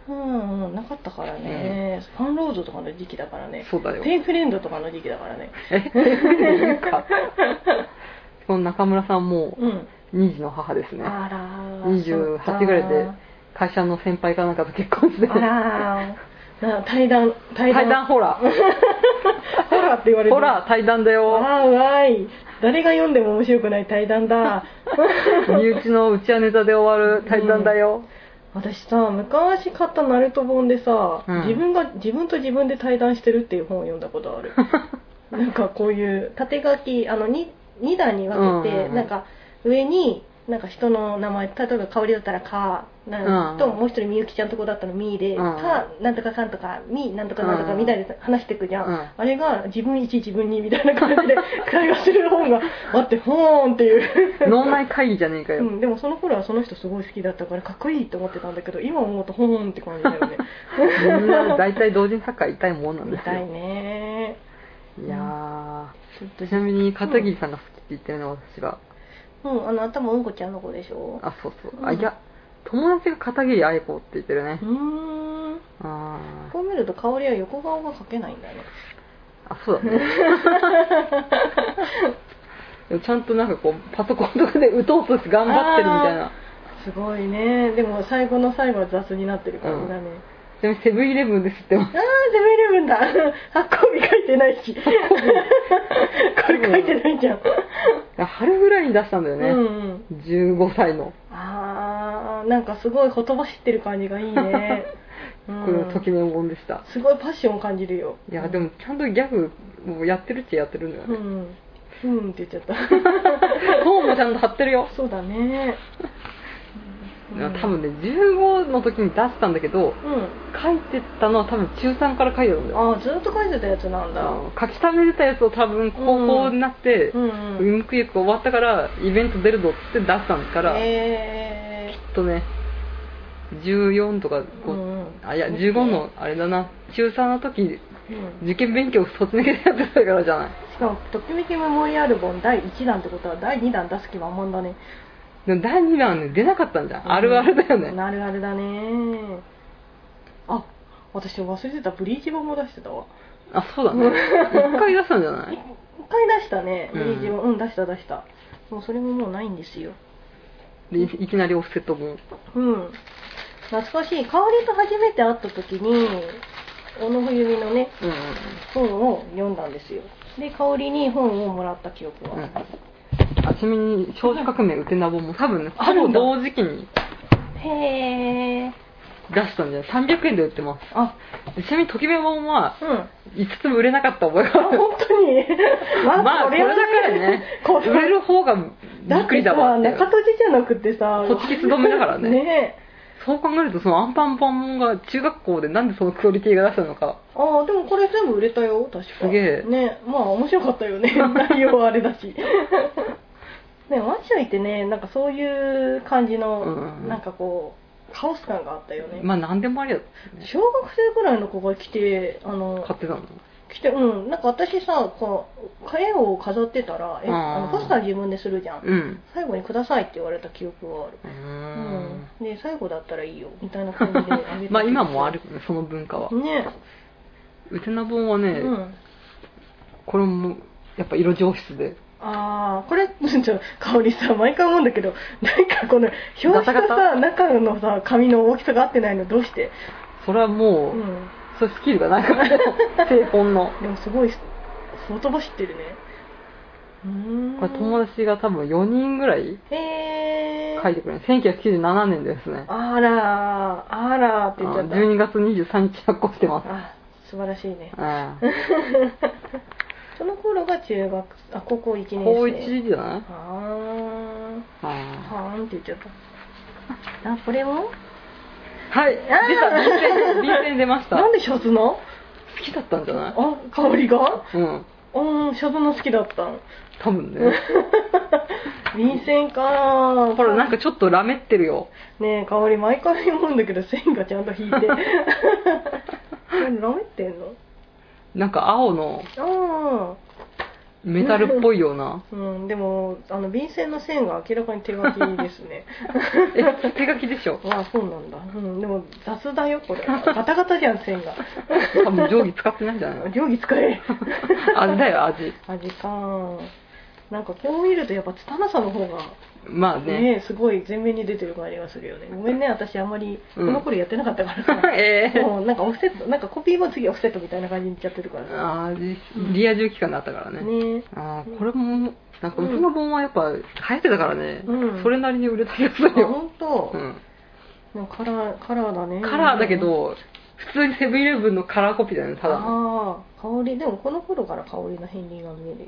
Speaker 2: うんうんなかったからね、ファンローズとかの時期だからね
Speaker 1: そうだよ。
Speaker 2: ペンフレンドとかの時期だからね
Speaker 1: なんか、この中村さんも
Speaker 2: うん
Speaker 1: 2児の母ですね。
Speaker 2: あらー
Speaker 1: 28ぐらいで会社の先輩かなんかと結婚して
Speaker 2: そっ、かあら ーな対談対
Speaker 1: 対
Speaker 2: 談
Speaker 1: 談ホラー。
Speaker 2: ホラーって言われる
Speaker 1: ホラー対談だ
Speaker 2: ー
Speaker 1: よ。
Speaker 2: わーわーい誰が読んでも面白くない対談だ
Speaker 1: 身内のうちはネタで終わる対談だよ。
Speaker 2: 私さ昔買ったナルト本でさ、
Speaker 1: うん
Speaker 2: 自分が自分と自分で対談してるっていう本を読んだこと あるなんかこういう縦書きあの 2, 2段に分けて、
Speaker 1: うんうんうん
Speaker 2: なんか上になんか人の名前例えば香りだったら「か」なん
Speaker 1: うん
Speaker 2: ともう一人みゆきちゃんとこだったの「み」で「
Speaker 1: うん
Speaker 2: か」なんとかかんとか「み」なんとかなんとか
Speaker 1: うん
Speaker 2: みたいで話してくじゃん、
Speaker 1: うん
Speaker 2: あれが自分1自分2みたいな 感じで会話する本があってほーんっていう
Speaker 1: 脳内会議じゃねえか
Speaker 2: う
Speaker 1: よ。
Speaker 2: ん、でもその頃はその人すごい好きだったからかっこいいと思ってたんだけど今思うとほーんって感じだよ ね
Speaker 1: みんな大体同人作家痛いもんなんで
Speaker 2: 見
Speaker 1: す
Speaker 2: たい
Speaker 1: よ。
Speaker 2: ね
Speaker 1: いや
Speaker 2: ちょっと
Speaker 1: ー。ちなみに片桐さんが好きって言ってるのは私は、
Speaker 2: うんあの頭うんこちゃんの子でしょ
Speaker 1: あ、そうそうう。
Speaker 2: ん
Speaker 1: あ、いや、友達が片桐愛子って言ってるね
Speaker 2: う。ーん
Speaker 1: あー
Speaker 2: こう見ると香りは横顔が描けないんだね
Speaker 1: あ、そうだ ね。でもちゃんとなんかこう、パソコンとかで打とうとして頑張ってるみたいな。
Speaker 2: すごいねでも最後の最後は雑になってる感じだね、
Speaker 1: ちなみにセブンイレブンで知ってます。
Speaker 2: ああセブンイレブンだ 発酵日書いてない しこれ書いてないじゃん、
Speaker 1: 春ぐらいに出したんだよ
Speaker 2: うん
Speaker 1: ね。
Speaker 2: うん
Speaker 1: 15歳の、
Speaker 2: あーなんかすごいほとばしってる感じがいいね、 う
Speaker 1: この
Speaker 2: ん、
Speaker 1: ときめもんでした。
Speaker 2: すごいパッション感じるよ
Speaker 1: いや、でもちゃんとギャグをやってるっちゃやってるんだよ
Speaker 2: う
Speaker 1: ね。
Speaker 2: んうんって言っちゃった
Speaker 1: 本もちゃんと貼ってるよ。
Speaker 2: そうだねうん
Speaker 1: 多分ね、15の時に出したんだけど、
Speaker 2: うん
Speaker 1: 書いてたのは多分中3から書いてたんだよ。
Speaker 2: ああずっと書いてたやつなんだ
Speaker 1: うん書き溜めてたやつを多分高校になって、
Speaker 2: うん
Speaker 1: ウ
Speaker 2: うん
Speaker 1: ィムクイック終わったからイベント出るぞっつって出したんですから、
Speaker 2: え
Speaker 1: きっとね14とか
Speaker 2: ー
Speaker 1: 5、
Speaker 2: うんうん
Speaker 1: あいや15のあれだな中3の時
Speaker 2: うん
Speaker 1: 受験勉強卒抜けでやってたからじゃない
Speaker 2: しかも「ときめきメモリアル本」第1弾ってことは第2弾出す気満々だね
Speaker 1: でも第2弾ね出なかったんじゃん、あるあるだよね、
Speaker 2: あるあるだねあ私忘れてたブリーチ本も出してたわ
Speaker 1: あそうだね1回出したんじゃない
Speaker 2: 一回出したね、
Speaker 1: う
Speaker 2: ブ
Speaker 1: ん
Speaker 2: リーチも、うん、出した出した。もうそれももうないんですよ。
Speaker 1: でいいきなりオフセット分
Speaker 2: うん。懐かしい。香りと初めて会った時に、小野冬美のね、
Speaker 1: うん
Speaker 2: 本を読んだんですよ。で、香りに本をもらった記憶は。
Speaker 1: うんうんあちなみに少女革命ウテナボも多分ね
Speaker 2: あ
Speaker 1: ほ
Speaker 2: る
Speaker 1: ぼ
Speaker 2: んだ
Speaker 1: 同時期に
Speaker 2: へー。
Speaker 1: 出したんじゃない300円で売ってます
Speaker 2: あ、
Speaker 1: でちなみにときめもんは
Speaker 2: うん。あ、
Speaker 1: 5つも売れなかった覚えがある
Speaker 2: 本 当に。
Speaker 1: まあ、これだからね、
Speaker 2: こ
Speaker 1: 売れる方がび
Speaker 2: だ
Speaker 1: っ
Speaker 2: っ
Speaker 1: くり
Speaker 2: て
Speaker 1: だわ
Speaker 2: さ、
Speaker 1: っていう。
Speaker 2: 中閉じじゃなくてさ、
Speaker 1: ホチキス止めだからね
Speaker 2: ね
Speaker 1: そう考えると、そのアンパンパンモンが中学校でなんでそのクオリティが出したのか。
Speaker 2: ああ、でもこれ全部売れたよ、確か。
Speaker 1: すげえ
Speaker 2: ね、まあ面白かったよね。 内容はあれだし。ね、ワンショイってね、なんかそういう感じの、
Speaker 1: うん
Speaker 2: なんかこう、カオス感があったよね。
Speaker 1: まあ、なんでもありだったね。
Speaker 2: 小学生ぐらいの子が来て、あの
Speaker 1: 買、ってたの。
Speaker 2: 来て、うん、なんか私さ、こう、絵を飾ってたら、え、
Speaker 1: あー
Speaker 2: あのポスター自分でするじゃん。
Speaker 1: うん。
Speaker 2: 最後にくださいって言われた記憶がある。
Speaker 1: うー
Speaker 2: うん
Speaker 1: ん。
Speaker 2: で、最後だったらいいよ、みたいな感じであげてた気が す。
Speaker 1: まあ、今もある、その文化は。
Speaker 2: ね。
Speaker 1: ウテナ本は
Speaker 2: う
Speaker 1: ね、
Speaker 2: ん。
Speaker 1: これも、やっぱ色上質で。
Speaker 2: ああこれちょ香りさ毎回思うんだけど なんかこの表紙と
Speaker 1: ガタガ
Speaker 2: さ中のさ紙の大きさが合ってないのどうして、
Speaker 1: それはも
Speaker 2: う
Speaker 1: う、
Speaker 2: ん、
Speaker 1: そういうスキルがない から、製本の。
Speaker 2: でもすごい相当走ってるねうーん
Speaker 1: これ友達が多分4人ぐらい
Speaker 2: へえ
Speaker 1: 書いてくれる。1997年ですね。
Speaker 2: あらーあらーって言っちゃった
Speaker 1: 12月23日発行してます。
Speaker 2: あ素晴らしいね
Speaker 1: うん
Speaker 2: その頃が中学あ高校1年生
Speaker 1: 高一じゃない
Speaker 2: あー
Speaker 1: は
Speaker 2: はーんって言っちゃったあこれも
Speaker 1: い、出た、便箋、便箋出ました。
Speaker 2: な
Speaker 1: 好
Speaker 2: んでシャツの
Speaker 1: きだったんじゃない
Speaker 2: あ香りが
Speaker 1: うん、
Speaker 2: うん、シャドの好き だったん。
Speaker 1: 多分ね。
Speaker 2: 便箋か
Speaker 1: ほら、なんかちょっとラメってるよ。
Speaker 2: ねえ、香り毎回思うんだけど、線がちゃんと引 いて。ラメってんの
Speaker 1: なんか青の、
Speaker 2: あ
Speaker 1: メタルっぽいような
Speaker 2: うん、でもあの便箋の線が明らかに手書きです ね
Speaker 1: え手書きでしょ
Speaker 2: ああそうなんだ、うん、でも雑だよこれガタガタじゃん 線が
Speaker 1: 多分定規使ってないんじゃない
Speaker 2: 定規使え
Speaker 1: 味だよ味
Speaker 2: 味かなんかこう見るとやっぱ拙さの方が
Speaker 1: まあ
Speaker 2: ね
Speaker 1: ね
Speaker 2: すごい前面に出てる感じがするよねごめんね私あんまりこ
Speaker 1: うん
Speaker 2: の頃やってなかったからさ、
Speaker 1: ええ
Speaker 2: もうなんかオフセットなんかコピーも次オフセットみたいな感じにいっちゃってるからさ
Speaker 1: あーリア充期間だったからね
Speaker 2: ね
Speaker 1: ああこれもなんか僕の本はやっぱ流行ってたからね、
Speaker 2: うん
Speaker 1: それなりに売れた気がす
Speaker 2: あ
Speaker 1: るよ、
Speaker 2: 本当
Speaker 1: う、ん、
Speaker 2: でもカラーカラーだね
Speaker 1: カラーだけど普通にセブンイレブンのカラーコピーだよねただの
Speaker 2: ああ香りでもこの頃から香りの片鱗が見えるよね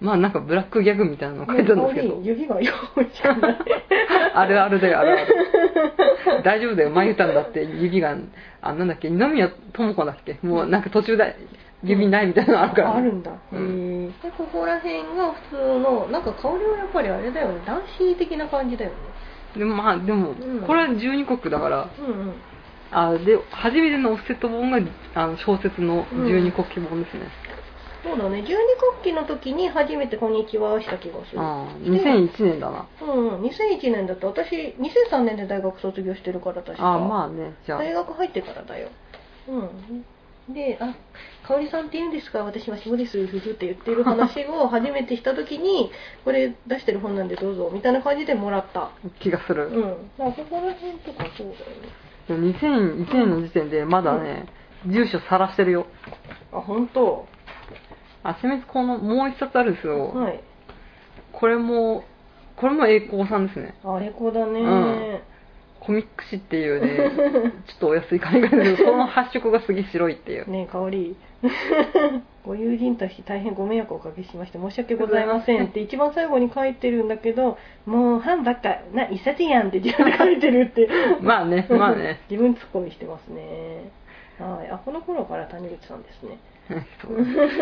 Speaker 1: まあなんかブラックギャグみたいなの書いてあるんですけ
Speaker 2: ね
Speaker 1: ど
Speaker 2: 香り指が用意じゃない
Speaker 1: あるあるだよあるある 大丈夫だよまゆたんだって指があなんだっけ二宮智子だっけもうなんか途中で指ないみたいなのあるから、
Speaker 2: ああるんだ、
Speaker 1: う
Speaker 2: へえでここら辺が普通のなんか香りはやっぱりあれだよね男子的な感じだよね
Speaker 1: でもまあでも、
Speaker 2: うん
Speaker 1: これは12国だから
Speaker 2: うんうん
Speaker 1: あで初めてのオフセット本があの小説の12国記本ですね、
Speaker 2: そうだね十二国旗の時に初めて「こんにちは」をした気がする
Speaker 1: ああ2001年だな
Speaker 2: うんうん2001年だと私2003年で大学卒業してるから確か
Speaker 1: あまあねじゃあ
Speaker 2: 大学入ってからだようんで「あ香織さんって言うんですか私は下ですふふ」って言ってる話 を初めてした時に「これ出してる本なんでどうぞ」みたいな感じでもらった
Speaker 1: 気がす
Speaker 2: う
Speaker 1: る、
Speaker 2: んまあここら辺とかそうだよね
Speaker 1: 2001年の時点でまだね、住所晒してるよ
Speaker 2: あ本当
Speaker 1: あちなみにこのもう一冊あるんですよ、
Speaker 2: はい
Speaker 1: これもこれも栄光さんですね
Speaker 2: あれこだね、
Speaker 1: うんコミック誌っていう ねちょっとお安い感じがするけどその発色がすげえ白いっていう
Speaker 2: ねえ香り ご友人として大変ご迷惑をおかけしまして申し訳ございませんって一番最後に書いてるんだけどもう半ばっかな一冊やんって自分で書いてるって
Speaker 1: まあね まあね
Speaker 2: 自分ツッコミしてますねはいあこの頃から谷口さんですね
Speaker 1: そう
Speaker 2: 懐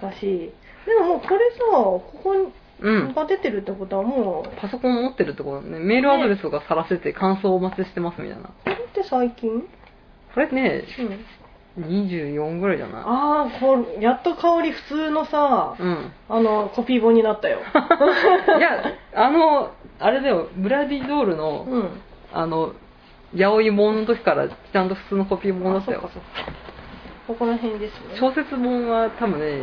Speaker 2: かしいでももうこれさここに
Speaker 1: うん
Speaker 2: が出てるってことはもうこ
Speaker 1: パソコン持ってるってことだねメールアドレスとか晒してて感想をお待ちしてますみたいな
Speaker 2: れって最近、うん、
Speaker 1: これね24ぐらいじゃない
Speaker 2: ああこうやっと香り普通のさ
Speaker 1: うん
Speaker 2: あのコピー本になっ たよ、
Speaker 1: いや、あの、あれだよ、ブラディドールの、
Speaker 2: うん
Speaker 1: あの、八百屋本の時からちゃんと普通のコピー本だった
Speaker 2: あそ
Speaker 1: よ
Speaker 2: っ。かそっかここら辺ですね
Speaker 1: 小説本は多分ね、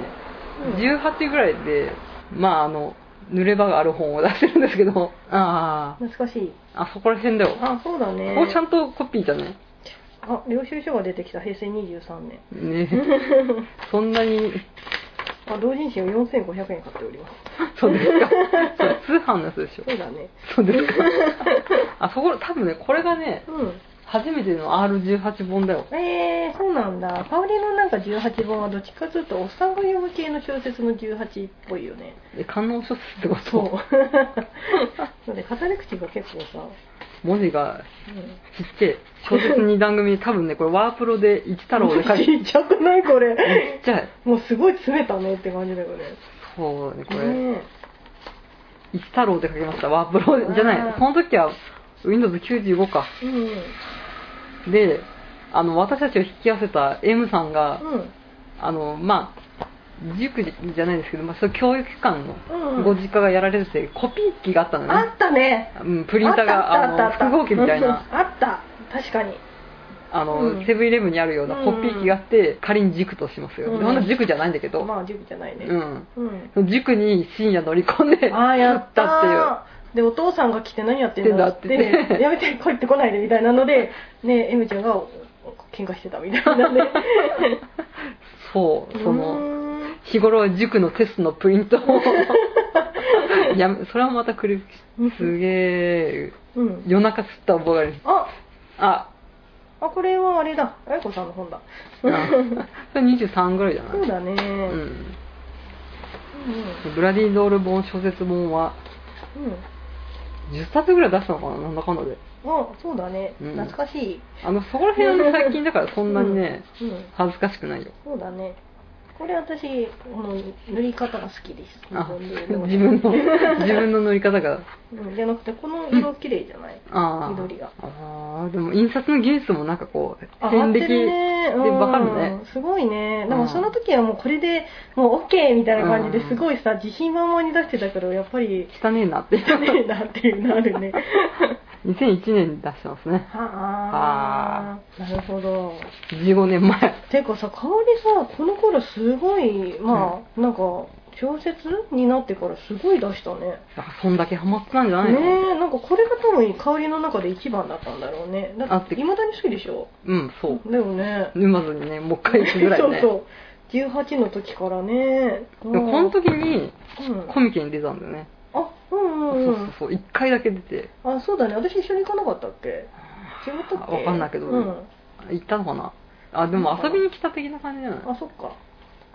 Speaker 2: うん
Speaker 1: 18ぐらいで、まああの、濡れ場がある本を出してるんですけど、あ
Speaker 2: 懐かしい
Speaker 1: あ、あそこら辺だよ。
Speaker 2: あそうだね
Speaker 1: ここちゃんとコピーじゃね
Speaker 2: あ領収書が出てきた平成23年
Speaker 1: ねそんなに、
Speaker 2: あ同人誌を4500円買っております
Speaker 1: そうですか。それ通販のやつでしょ。
Speaker 2: そうだね
Speaker 1: そうですか。あ、そこ、多分ね、これがね、
Speaker 2: う
Speaker 1: 初めての R18 本だよ。
Speaker 2: んえー、そうなんだ香りのなんか18本はどっちかというとおっさんが読む系の小説の18っぽいよね
Speaker 1: え、観音小説ってこと
Speaker 2: そうそうで語り口が結構さ、
Speaker 1: 文字が
Speaker 2: うん
Speaker 1: ちっちゃい小説2段組で多分ねこれワープロで一太郎で書い て
Speaker 2: ちっちゃくないこれ
Speaker 1: ちっちゃい
Speaker 2: もうすごい詰めたねって感じだよね
Speaker 1: そうねこれ
Speaker 2: ね
Speaker 1: 一太郎で書きましたワープロじゃ
Speaker 2: う
Speaker 1: なんいこの時は Windows95 か
Speaker 2: えうん
Speaker 1: であの私たちを引き合わせた M さんが
Speaker 2: うん
Speaker 1: あのまあ塾じゃないですけど、まあ、そういう教育機関
Speaker 2: うんう
Speaker 1: の
Speaker 2: ん
Speaker 1: ご実家がやられててコピー機があったの
Speaker 2: あ
Speaker 1: ね、
Speaker 2: ったね
Speaker 1: うん、プリンターが
Speaker 2: あったあったあった
Speaker 1: あの複合機みたいな
Speaker 2: あった確かに
Speaker 1: あ
Speaker 2: うん
Speaker 1: のセブンイレブンにあるようなコピー機があって仮に塾としますよ
Speaker 2: う
Speaker 1: で
Speaker 2: ん
Speaker 1: そんな塾じゃないんだけど、
Speaker 2: まあ塾じゃないね
Speaker 1: うん
Speaker 2: うん、
Speaker 1: 塾に深夜乗り込んで
Speaker 2: ああやった
Speaker 1: 行っ
Speaker 2: っていうでお父さんが来て何やってんだって
Speaker 1: ってなってて
Speaker 2: やめて帰ってこないでみたいなのでねえ M ちゃんがお喧嘩してたみたいなね
Speaker 1: そう そうの
Speaker 2: ーん
Speaker 1: 日頃塾のテストのプリント をやめそれはまた繰り
Speaker 2: うん
Speaker 1: すげえ
Speaker 2: うん
Speaker 1: 夜中吸った覚えがある
Speaker 2: あ
Speaker 1: あ
Speaker 2: あこれはあれだあやこさんの本だ
Speaker 1: あそれ23ぐらいじゃない
Speaker 2: そうだね、
Speaker 1: う
Speaker 2: うん
Speaker 1: んブラディドール本小説本は
Speaker 2: うんうん
Speaker 1: 10冊ぐらい出したのかななんだかんだで
Speaker 2: あそうだね、
Speaker 1: うん
Speaker 2: 懐かしい
Speaker 1: あのそこら辺はね最近だからそんなにね、
Speaker 2: うん、
Speaker 1: 恥ずかしくないよ
Speaker 2: そうだねこれ私この塗り方が好きです
Speaker 1: あ
Speaker 2: 自
Speaker 1: 自
Speaker 2: 分で塗る
Speaker 1: 分の自分の塗り方が
Speaker 2: うんじゃなくてこの色綺麗じゃない、
Speaker 1: ああ
Speaker 2: 緑が
Speaker 1: ああでも印刷の技術もなんかこう
Speaker 2: あ
Speaker 1: 遍
Speaker 2: 合ってる
Speaker 1: 歴
Speaker 2: ね
Speaker 1: でわかるね
Speaker 2: うんすごいねで
Speaker 1: うん
Speaker 2: もその時はもうこれでもう OK みたいな感じ
Speaker 1: う
Speaker 2: で
Speaker 1: ん
Speaker 2: すごいさ自信満々に出してたけどやっぱり
Speaker 1: 汚ねえなって
Speaker 2: ねえなっていうのあるね
Speaker 1: 2001年に出してますね
Speaker 2: はあなるほど
Speaker 1: 15年前
Speaker 2: てかさ香りさこの頃すごいまあ、なんか小説になってからすごい出したね
Speaker 1: あそんだけハマってたんじゃないの、
Speaker 2: ねえなんかこれが多分香りの中で一番だったんだろうねだ
Speaker 1: あ
Speaker 2: っ
Speaker 1: って
Speaker 2: ていまだに好きでしょ
Speaker 1: うんそう
Speaker 2: だよね
Speaker 1: 沼津にねもう一回行くぐらいね
Speaker 2: そうそう18の時からね
Speaker 1: でもこの時に
Speaker 2: うん
Speaker 1: コミケに出たんだよね、
Speaker 2: あうんうん
Speaker 1: そううそうんそう1回だけ出て
Speaker 2: あそうだね私一緒に行かなかったっけ違ったっけ
Speaker 1: わかんないけど
Speaker 2: うん、
Speaker 1: 行ったのかなあでも遊びに来た的な感じじゃない
Speaker 2: あそっか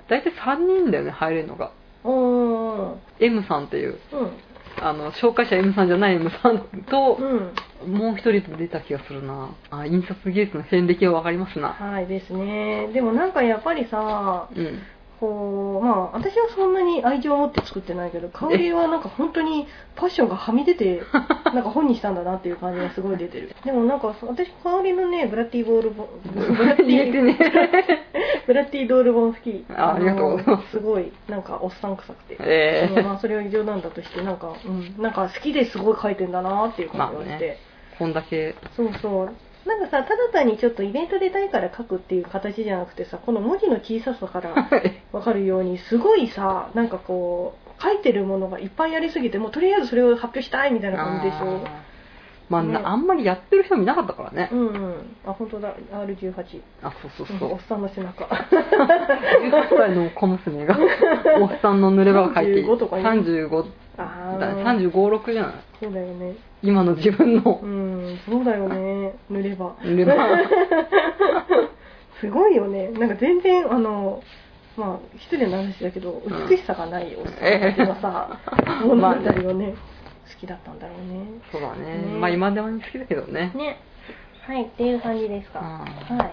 Speaker 1: 大体3人だよね入れるのが
Speaker 2: うんうん
Speaker 1: M さんっていう
Speaker 2: うん
Speaker 1: あの紹介者 M さんじゃない M さんと
Speaker 2: うん
Speaker 1: もう一人と出た気がするなあ印刷技術の遍歴は分かりますな
Speaker 2: はいですねでもなんかやっぱりさ
Speaker 1: うん
Speaker 2: こうまあ私はそんなに愛情を持って作ってないけど香りはなんか本当にパッションがはみ 出てなんか本にしたんだなっていう感じがすごい出てるでもなんか私香りのねブラッティボールボブラッテ
Speaker 1: 言えて
Speaker 2: ィ
Speaker 1: ね
Speaker 2: ブラッティドールボン好き
Speaker 1: あありがとうございます
Speaker 2: すごいなんかおっさん臭くて
Speaker 1: え
Speaker 2: まあ
Speaker 1: え
Speaker 2: まあそれは冗談だとしてなんか、うん、なんか好きですごい書いてんだなっていう感じがして、
Speaker 1: まあねこんだけ
Speaker 2: そうそうなんかさただ単にちょっとイベント出たいから書くっていう形じゃなくてさこの文字の小ささからわかるようにすごいさなんかこう書いてるものがいっぱいありすぎてもうとりあえずそれを発表したいみたいな感じでしょ
Speaker 1: あーまあ、な
Speaker 2: ね
Speaker 1: あんまりやってる人もいなかったからね、
Speaker 2: うんうんあ本当だ R18
Speaker 1: あそうそう
Speaker 2: うん
Speaker 1: そう
Speaker 2: おっさんの背中
Speaker 1: 18歳の小娘 がおっさんの濡れ場を書いてい
Speaker 2: 35とかね
Speaker 1: 35
Speaker 2: あ
Speaker 1: だ
Speaker 2: あ
Speaker 1: 3 5 6じゃない
Speaker 2: そうだよね
Speaker 1: 今の自分の
Speaker 2: うんそうだよね塗れば
Speaker 1: 濡れ 場
Speaker 2: すごいよね。なんか全然、あの、まあ、失礼な話だけど、
Speaker 1: うん
Speaker 2: 美しさがないよ、おっさんっていうのはさ、
Speaker 1: え
Speaker 2: ものなんだよね。好きだったんだろうね。
Speaker 1: そうだね
Speaker 2: ね
Speaker 1: まあ今でも好きだけどね
Speaker 2: ね。はい、っていう感じですか。
Speaker 1: うん
Speaker 2: はい。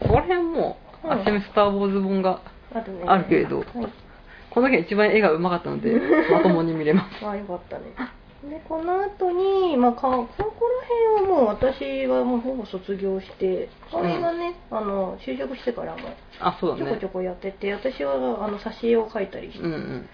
Speaker 1: ここら辺も
Speaker 2: うん
Speaker 1: あちなみにスター・ウォーズ本が
Speaker 2: あとね。
Speaker 1: あるけれど、
Speaker 2: はい。
Speaker 1: この時は一番絵がうまかったの でまともに見れます
Speaker 2: ああ、よかったね。で、この後に、まあ、かここら辺はもう私はもうほぼ卒業して、それがね、あの、就職してからも
Speaker 1: あそう
Speaker 2: ち
Speaker 1: だ
Speaker 2: ょこちょ
Speaker 1: ね
Speaker 2: こやってて、私はあの、挿絵を描いたりして
Speaker 1: うんうん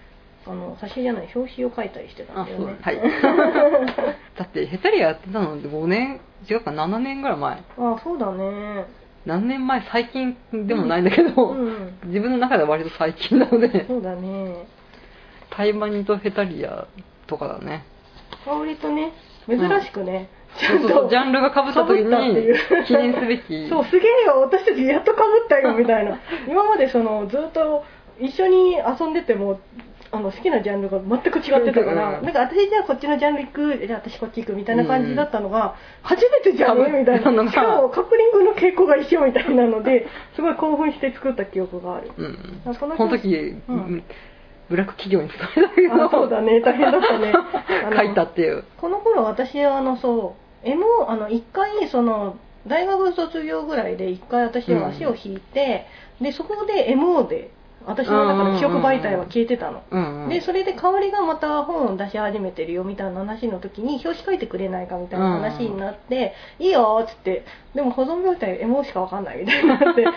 Speaker 2: あの挿絵じゃない表紙を描いたりしてたん
Speaker 1: あ
Speaker 2: だよ
Speaker 1: そうだ
Speaker 2: ね
Speaker 1: ねはい だってヘタリアやってたのって5年違うか7年ぐらい前
Speaker 2: あそうだね
Speaker 1: 何年前最近でもないんだけ
Speaker 2: う
Speaker 1: ど、
Speaker 2: ん
Speaker 1: 自分の中では割と最近なの で
Speaker 2: そうだね
Speaker 1: タイマニとヘタリアとかだね
Speaker 2: 香りとね珍しくね、ち
Speaker 1: そう
Speaker 2: ゃん
Speaker 1: そ
Speaker 2: と
Speaker 1: うそうジャンルが被った時
Speaker 2: 被ったってい
Speaker 1: に
Speaker 2: う
Speaker 1: 記念すべき
Speaker 2: そうすげえよ私たちやっとかぶったよみた いな今までそのずっと一緒に遊んでてもあの好きなジャンルが全く違ってたから、
Speaker 1: うん
Speaker 2: なんか私じゃあこっちのジャンル行くじゃあ私こっち行くみたいな感じだったのが、初めてじゃん
Speaker 1: 被っ
Speaker 2: みたい
Speaker 1: たのが
Speaker 2: なしかもカップリングの傾向が一緒みたいなのですごい興奮して作った記憶があ る
Speaker 1: うん、
Speaker 2: あこ
Speaker 1: こ
Speaker 2: の
Speaker 1: の
Speaker 2: 人
Speaker 1: 時、
Speaker 2: うん
Speaker 1: ブラック企業に勤めたけ
Speaker 2: あ
Speaker 1: ど
Speaker 2: そうだね大変だった ねあの
Speaker 1: 書いたっていう
Speaker 2: この頃私はあのそう M をあの一回その大学卒業ぐらいで一回私は足を引いて、でそこで MO で私の中の記憶媒体は消えてたの、
Speaker 1: うんうん
Speaker 2: でそれで香りがまた本を出し始めてるよみたいな話の時に表紙書いてくれないかみたいな話になって、いいよっつってでも保存状態 MO しかわかんないみたいにな って違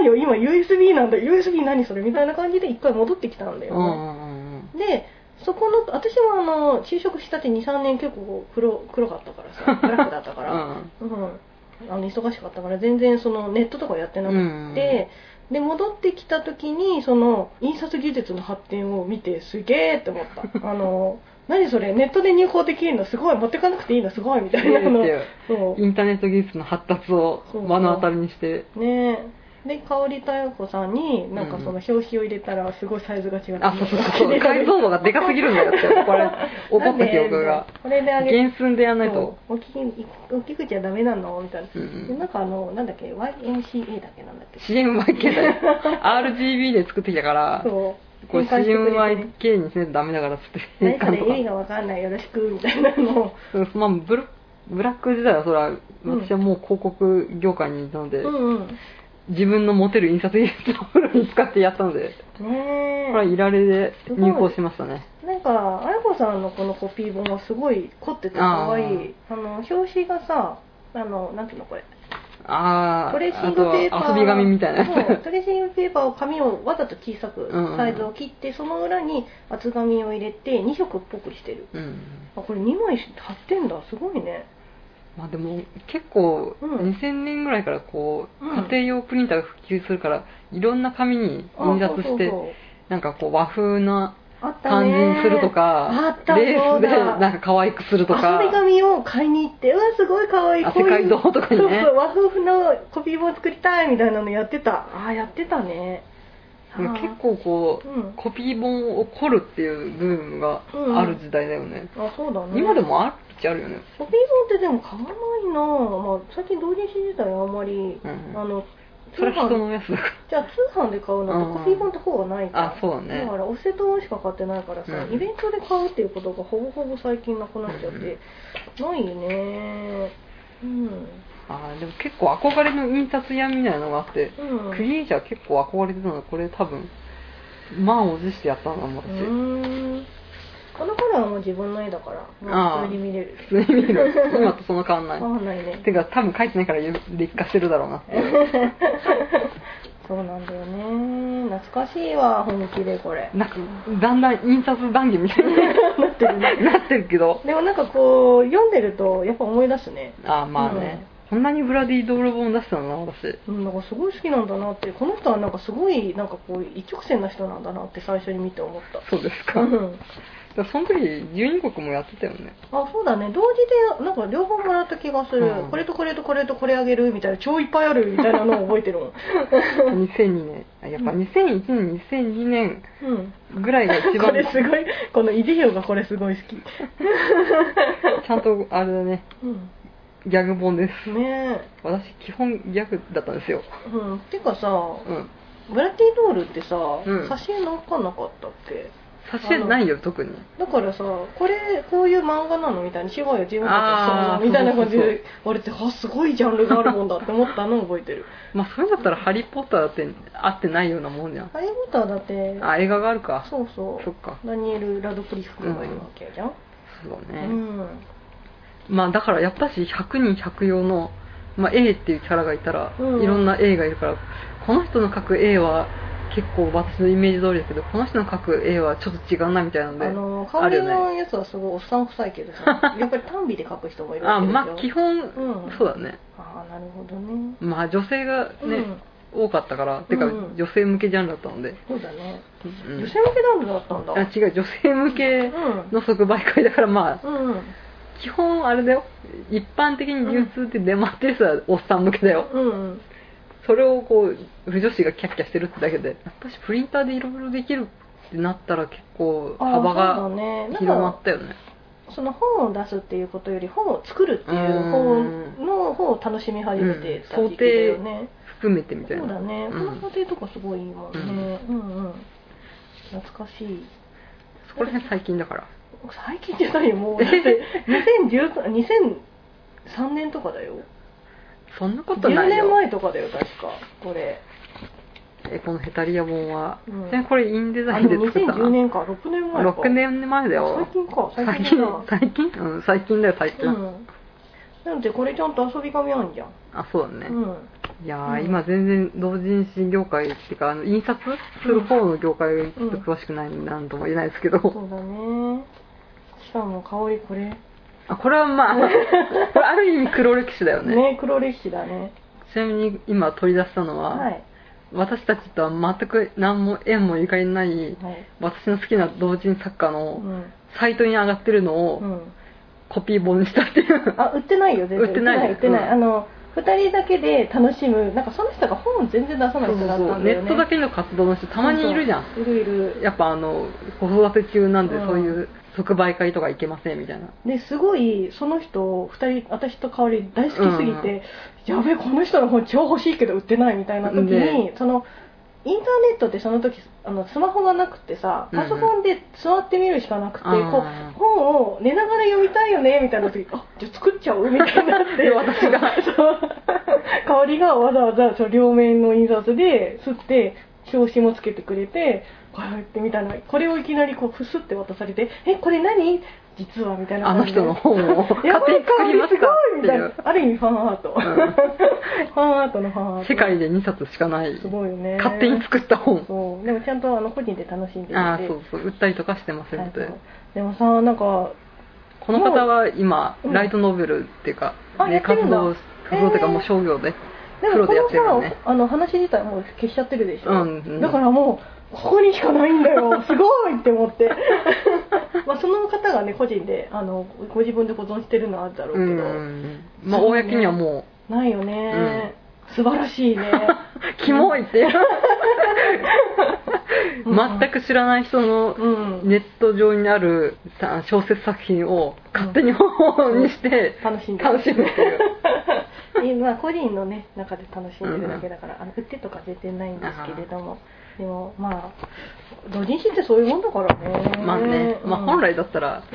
Speaker 2: うよ今 USB なんだ USB 何それみたいな感じで一回戻ってきたんだよ
Speaker 1: う
Speaker 2: ね、
Speaker 1: んうんうん
Speaker 2: でそこの私もあの就職したて23年結構黒黒かったから さブラックだったから、うんあの忙しかったから全然そのネットとかやってなくて、で戻ってきた時にその印刷技術の発展を見てすげえって思った あの何それネットで入稿できるのすごい持ってかなくていいのすごいみたいな
Speaker 1: うん
Speaker 2: の
Speaker 1: っていう
Speaker 2: そう
Speaker 1: インターネット技術の発達を目の当たりにして
Speaker 2: ねえで香り妙子さんになんかその表紙を入れたらすごいサイズが違う
Speaker 1: あそうそう そうそう解像度がでかすぎるんだよってこれ怒った記憶が
Speaker 2: これであげ
Speaker 1: 原寸でやんないと
Speaker 2: そう大きい大きくちゃダメなのみたいな、
Speaker 1: うんう
Speaker 2: で
Speaker 1: ん
Speaker 2: なんかあのなんだっけ YMCA だっけなんだっけ
Speaker 1: CMYK だよ RGB で作ってきたから
Speaker 2: そう
Speaker 1: これ
Speaker 2: 変換してくれてね
Speaker 1: CMYK にしないとダメだからっつって
Speaker 2: 何それ意味がわかんないよろしくみたいなのを
Speaker 1: うんまあブラブラック時代はそれは私はもう広告業界にいたので、
Speaker 2: うんうん
Speaker 1: 自分の持てる印刷技術をフルに使ってやったので、
Speaker 2: ね
Speaker 1: これは
Speaker 2: え
Speaker 1: いられで入稿しましたね。
Speaker 2: なんか彩子さんのこのコピー本はすごい凝ってて可愛いあの表紙がさあのなんていうのこれ
Speaker 1: あー、
Speaker 2: トレーシングペーパ
Speaker 1: あ
Speaker 2: ー
Speaker 1: とは遊び紙みたいな
Speaker 2: そう
Speaker 1: や
Speaker 2: トレーシングペーパーを紙をわざと小さく
Speaker 1: うんうん
Speaker 2: サイズを切って、その裏に厚紙を入れて2色っぽくしてる
Speaker 1: つ。 うん。
Speaker 2: あこれ2枚貼ってんだすごいね
Speaker 1: まあでも結構
Speaker 2: うん
Speaker 1: 2000年ぐらいからこう
Speaker 2: うん
Speaker 1: 家庭用プリンターが普及するからいろんな紙に
Speaker 2: あ
Speaker 1: 印
Speaker 2: そ
Speaker 1: 刷
Speaker 2: うそ
Speaker 1: し
Speaker 2: う
Speaker 1: て
Speaker 2: そう
Speaker 1: なんかこう和風な
Speaker 2: あった
Speaker 1: 感
Speaker 2: ね
Speaker 1: じにすると
Speaker 2: あ
Speaker 1: か
Speaker 2: った
Speaker 1: レースで
Speaker 2: そうだ
Speaker 1: なんか可愛くするとか
Speaker 2: 遊び紙を買いに行ってうわすごい可愛い
Speaker 1: あ世界堂とかにね
Speaker 2: そうそう和風のコピー本作りたいみたいなのやってたあーやってたね
Speaker 1: でも結構こ
Speaker 2: あ
Speaker 1: う
Speaker 2: ーうん
Speaker 1: コピー本を凝るっていうブームがある時代だよね
Speaker 2: あそうだね
Speaker 1: 今でもあるっちゃあるよね
Speaker 2: コピー本ってでも買わないなぁ、まあ、最近同人誌自体あんまり、
Speaker 1: うん
Speaker 2: あの
Speaker 1: それは人のやつだか
Speaker 2: じゃあ通販で買うの
Speaker 1: うん
Speaker 2: とコピー本ってほぼないから、
Speaker 1: あそうだね
Speaker 2: からお布施としか買ってないからさ、
Speaker 1: うん
Speaker 2: イベントで買うっていうことがほぼほぼ最近なくなっちゃって、ないねうん
Speaker 1: らあーでも結構憧れの印刷屋みたいなのがあって
Speaker 2: うん
Speaker 1: クリエイター結構憧れてたのでこれ多分満を持してやったな
Speaker 2: う
Speaker 1: 私
Speaker 2: ーんこの頃はもう自分の絵だから
Speaker 1: ああ
Speaker 2: もう普通に見れる
Speaker 1: 普通に見 る今とそんな変わん
Speaker 2: 変
Speaker 1: な
Speaker 2: わんないね
Speaker 1: いてか多分書いてないから劣化してるだろうなっていう
Speaker 2: そうなんだよね懐かしいわ本気でこれ
Speaker 1: なんかだんだん印刷談義みたいに
Speaker 2: なってるね
Speaker 1: なってるけど
Speaker 2: でもなんかこう読んでるとやっぱ思い出すね
Speaker 1: あーまあね、こんなにブラディ泥棒出したのな私
Speaker 2: うんなんかすごい好きなんだなってこの人はなんかすごいなんかこう一直線な人なんだなって最初に見て思った
Speaker 1: そうですか、
Speaker 2: う
Speaker 1: だか
Speaker 2: ん
Speaker 1: らその時12国もやってたよね
Speaker 2: あそうだね同時でなんか両方もらった気がする、
Speaker 1: うん
Speaker 2: これとこれとこれとこれあげるみたいな超いっぱいあるみたいな のを覚えてるもん
Speaker 1: 2002年あやっぱ2001年2002年
Speaker 2: うん
Speaker 1: ぐらいが一
Speaker 2: こ
Speaker 1: 番
Speaker 2: れすごいこのイディオがこれすごい好き、
Speaker 1: ちゃんとあれだね
Speaker 2: うん、
Speaker 1: ギャグ本です
Speaker 2: ねえ
Speaker 1: 私基本ギャグだったんですよ
Speaker 2: うんてかさ
Speaker 1: うん
Speaker 2: ブラティドールってさ、
Speaker 1: うん
Speaker 2: 挿絵なんかなかったっけ
Speaker 1: 差し絵ないよ特に
Speaker 2: だからさこれこういう漫画なのみたいな違うよ自分たち
Speaker 1: あ
Speaker 2: は
Speaker 1: ー
Speaker 2: そうみたいな感じ
Speaker 1: そうそう
Speaker 2: で言われてあすごいジャンルがあるもんだって思ったのを覚えて る
Speaker 1: まあそれだったら「ハリー・ポッター」だって合ってないようなもんじゃん
Speaker 2: ハリー・ポッターだって
Speaker 1: あ映画があるか
Speaker 2: そうそう
Speaker 1: そっか
Speaker 2: ダニエル・ラドクリフがいるわけじゃん、
Speaker 1: そう
Speaker 2: う
Speaker 1: だね、
Speaker 2: ん
Speaker 1: まあだからやっぱし100人100用の、まあ、A っていうキャラがいたら、
Speaker 2: うん
Speaker 1: いろんな A がいるからこの人の描く A は結構私のイメージ通りだけどこの人の描く A はちょっと違うなみたいなので
Speaker 2: あ
Speaker 1: あ
Speaker 2: の香り
Speaker 1: るよ
Speaker 2: の
Speaker 1: ね
Speaker 2: やつはすごいおっさん臭いけど さやっぱり単美で描く人もいるわ
Speaker 1: あ
Speaker 2: けでしょ
Speaker 1: まあ基本、
Speaker 2: うん
Speaker 1: そうだね
Speaker 2: ああなるほどね
Speaker 1: まあ女性がね、
Speaker 2: うん
Speaker 1: 多かったからてか
Speaker 2: うん
Speaker 1: 女性向けジャンルだったので、
Speaker 2: そうだね、
Speaker 1: うん
Speaker 2: 女性向けダンルだったんだ
Speaker 1: あ違う女性向けの即売会だからまあ
Speaker 2: うん、うん
Speaker 1: 基本あれだよ一般的に流通って出回ってる人はおっさん向けだよ
Speaker 2: うん
Speaker 1: それをこう不女子がキャッキャしてるってだけでやっぱしプリンターでいろいろできるってなったら結構
Speaker 2: あー
Speaker 1: 幅
Speaker 2: そうだ
Speaker 1: が
Speaker 2: ねなんか
Speaker 1: 広まったよね
Speaker 2: その本を出すっていうことより本を作るっていう本の方を楽しみ始めてた時期だよね、
Speaker 1: 含めてみたい
Speaker 2: そう
Speaker 1: な
Speaker 2: だね、
Speaker 1: うん
Speaker 2: この工程とかすごいいいもんね、うん、うん懐かしい
Speaker 1: そこら辺最近だから
Speaker 2: 最近じゃないよもうだ って2013 2003年とかだよ
Speaker 1: そんなことな
Speaker 2: 10
Speaker 1: いよ
Speaker 2: 年前とかだよ確かこれ
Speaker 1: えこのヘタリア本は、
Speaker 2: うん
Speaker 1: ちなみにこれインデザ
Speaker 2: あ
Speaker 1: イン
Speaker 2: で
Speaker 1: で
Speaker 2: も
Speaker 1: 作った
Speaker 2: 2010
Speaker 1: な
Speaker 2: 年か6年前か
Speaker 1: 6年前だよ
Speaker 2: 最近か最
Speaker 1: 最
Speaker 2: 近
Speaker 1: 近
Speaker 2: だな
Speaker 1: 最近うん最近だよ最近、
Speaker 2: うんなのでこれちゃんと遊び紙あんじゃん、
Speaker 1: あそうだね、
Speaker 2: うん
Speaker 1: いやー、
Speaker 2: うん
Speaker 1: 今全然同人誌業界っていうかあの印刷する方の業界がちょっと詳しくないんでなんとも言えないですけど、
Speaker 2: そうだね。しかも香りこれ。ね
Speaker 1: あこれは まあこれある意味黒歴史だよね
Speaker 2: 黒歴史だね。
Speaker 1: ちなみに今取り出したのは、
Speaker 2: はい。
Speaker 1: 私たちとは全く何も縁もゆかりのない
Speaker 2: はい。
Speaker 1: 私の好きな同人作家
Speaker 2: う
Speaker 1: の
Speaker 2: ん。
Speaker 1: サイトに上がってるの
Speaker 2: う
Speaker 1: を
Speaker 2: ん。
Speaker 1: コピー本にしたっていう、
Speaker 2: あ、売ってないよ、全然。
Speaker 1: 売ってない
Speaker 2: 売ってない。売っ
Speaker 1: う
Speaker 2: てない
Speaker 1: ん
Speaker 2: あの、二人だけで楽しむ、なんかその人が本全然出さない
Speaker 1: そう
Speaker 2: 人だったんだよね。
Speaker 1: ネットだけの活動の人たまにいるじゃん
Speaker 2: そうそう。いるいる。
Speaker 1: やっぱあの子育て中なんで
Speaker 2: うん
Speaker 1: そういう即売会とか行けませんみたいな
Speaker 2: で、すごい、その人、二人、私と香り大好きすぎ
Speaker 1: うん
Speaker 2: て、やべえ、この人の本超欲しいけど売ってないみたいな時に、
Speaker 1: ね
Speaker 2: その、インターネットってその時あのスマホがなくてさ
Speaker 1: うんうん
Speaker 2: パソコンで座って見るしかなくて、
Speaker 1: あー
Speaker 2: こう本を寝ながら読みたいよねみたいな時あじゃあ作っちゃおうみたいになっ て
Speaker 1: 私が
Speaker 2: そう代わりがわざわざその両面の印刷で吸って表紙もつけてくれてこうやってみたいなこれをいきなりこうふすって渡されて「えこれ何実は」みたいな
Speaker 1: あの
Speaker 2: 感じで
Speaker 1: 人の本を
Speaker 2: やば
Speaker 1: 勝手
Speaker 2: い
Speaker 1: に作
Speaker 2: 香
Speaker 1: り
Speaker 2: り
Speaker 1: ます
Speaker 2: す
Speaker 1: か
Speaker 2: ごい
Speaker 1: っ
Speaker 2: み
Speaker 1: て
Speaker 2: た
Speaker 1: い
Speaker 2: いうな。ある意味ファンアート、
Speaker 1: うん
Speaker 2: ファンアートのファンアート
Speaker 1: 世界で2冊しかない
Speaker 2: すごいよね
Speaker 1: 勝手に作った本
Speaker 2: そうでもちゃんとあの個人で楽しんでて
Speaker 1: ああそうそう売ったりとかしてます
Speaker 2: は
Speaker 1: の
Speaker 2: い
Speaker 1: で
Speaker 2: でもさなんか
Speaker 1: この方は今
Speaker 2: うん
Speaker 1: ライトノベルっていうか
Speaker 2: あ
Speaker 1: ね
Speaker 2: やってる
Speaker 1: 活
Speaker 2: んだ
Speaker 1: 動活動っていうか
Speaker 2: へー
Speaker 1: もう商業で
Speaker 2: で
Speaker 1: プロ
Speaker 2: も
Speaker 1: でや
Speaker 2: こ
Speaker 1: ってるよ
Speaker 2: のさ、
Speaker 1: ね
Speaker 2: あの話自体もう消しちゃってるでしょ、
Speaker 1: うんうん
Speaker 2: だからもうここにしかないんだ よすごいって思って まあその方がね個人であのご自分で保存してるのはあるだろう
Speaker 1: う
Speaker 2: け
Speaker 1: ん
Speaker 2: ど、
Speaker 1: まあ
Speaker 2: そうね
Speaker 1: 公にはも
Speaker 2: ないよね、素晴らし い
Speaker 1: う
Speaker 2: ね
Speaker 1: キモいって
Speaker 2: うん
Speaker 1: 全く知らない人の
Speaker 2: うん、
Speaker 1: ネット上にあるさ小説作品を勝手に本にして
Speaker 2: 楽しんで
Speaker 1: 楽しむっていう
Speaker 2: 今個人のね中で楽しんでるだけだから、あの売ってとか全然ないんですけれどもでもまあ同人誌ってそういうもんだからね
Speaker 1: まあねまあ
Speaker 2: うん
Speaker 1: 本来だったら
Speaker 2: う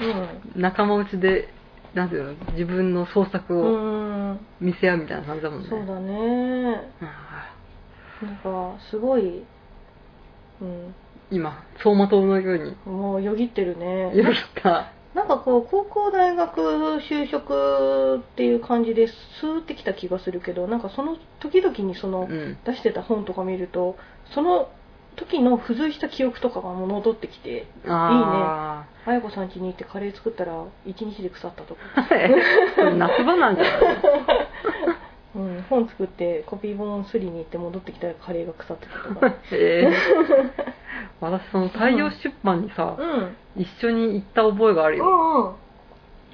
Speaker 1: 仲間内でなんていうの自分の創作を
Speaker 2: ん、うん、
Speaker 1: 見せ合うみたいな感じだもんね
Speaker 2: そうだね
Speaker 1: ああ
Speaker 2: なんかすごい、うん、
Speaker 1: 今走馬灯のように
Speaker 2: もうよぎってるね
Speaker 1: よぎった
Speaker 2: なんかこう高校大学就職っていう感じでスーってきた気がするけどなんかその時々にその、
Speaker 1: うん
Speaker 2: 出してた本とか見るとその時の付随した記憶とかがもう戻ってきて
Speaker 1: あ
Speaker 2: あや子さん家に行ってカレー作ったら一日で腐ったとか、
Speaker 1: あいいねこれ 夏場 なんじゃない
Speaker 2: うん、本作ってコピー本すりに行って戻ってきたらカレーが腐ってたとか
Speaker 1: ええ私その大量出版にさ
Speaker 2: うんうん
Speaker 1: 一緒に行った覚えがあるよ
Speaker 2: うん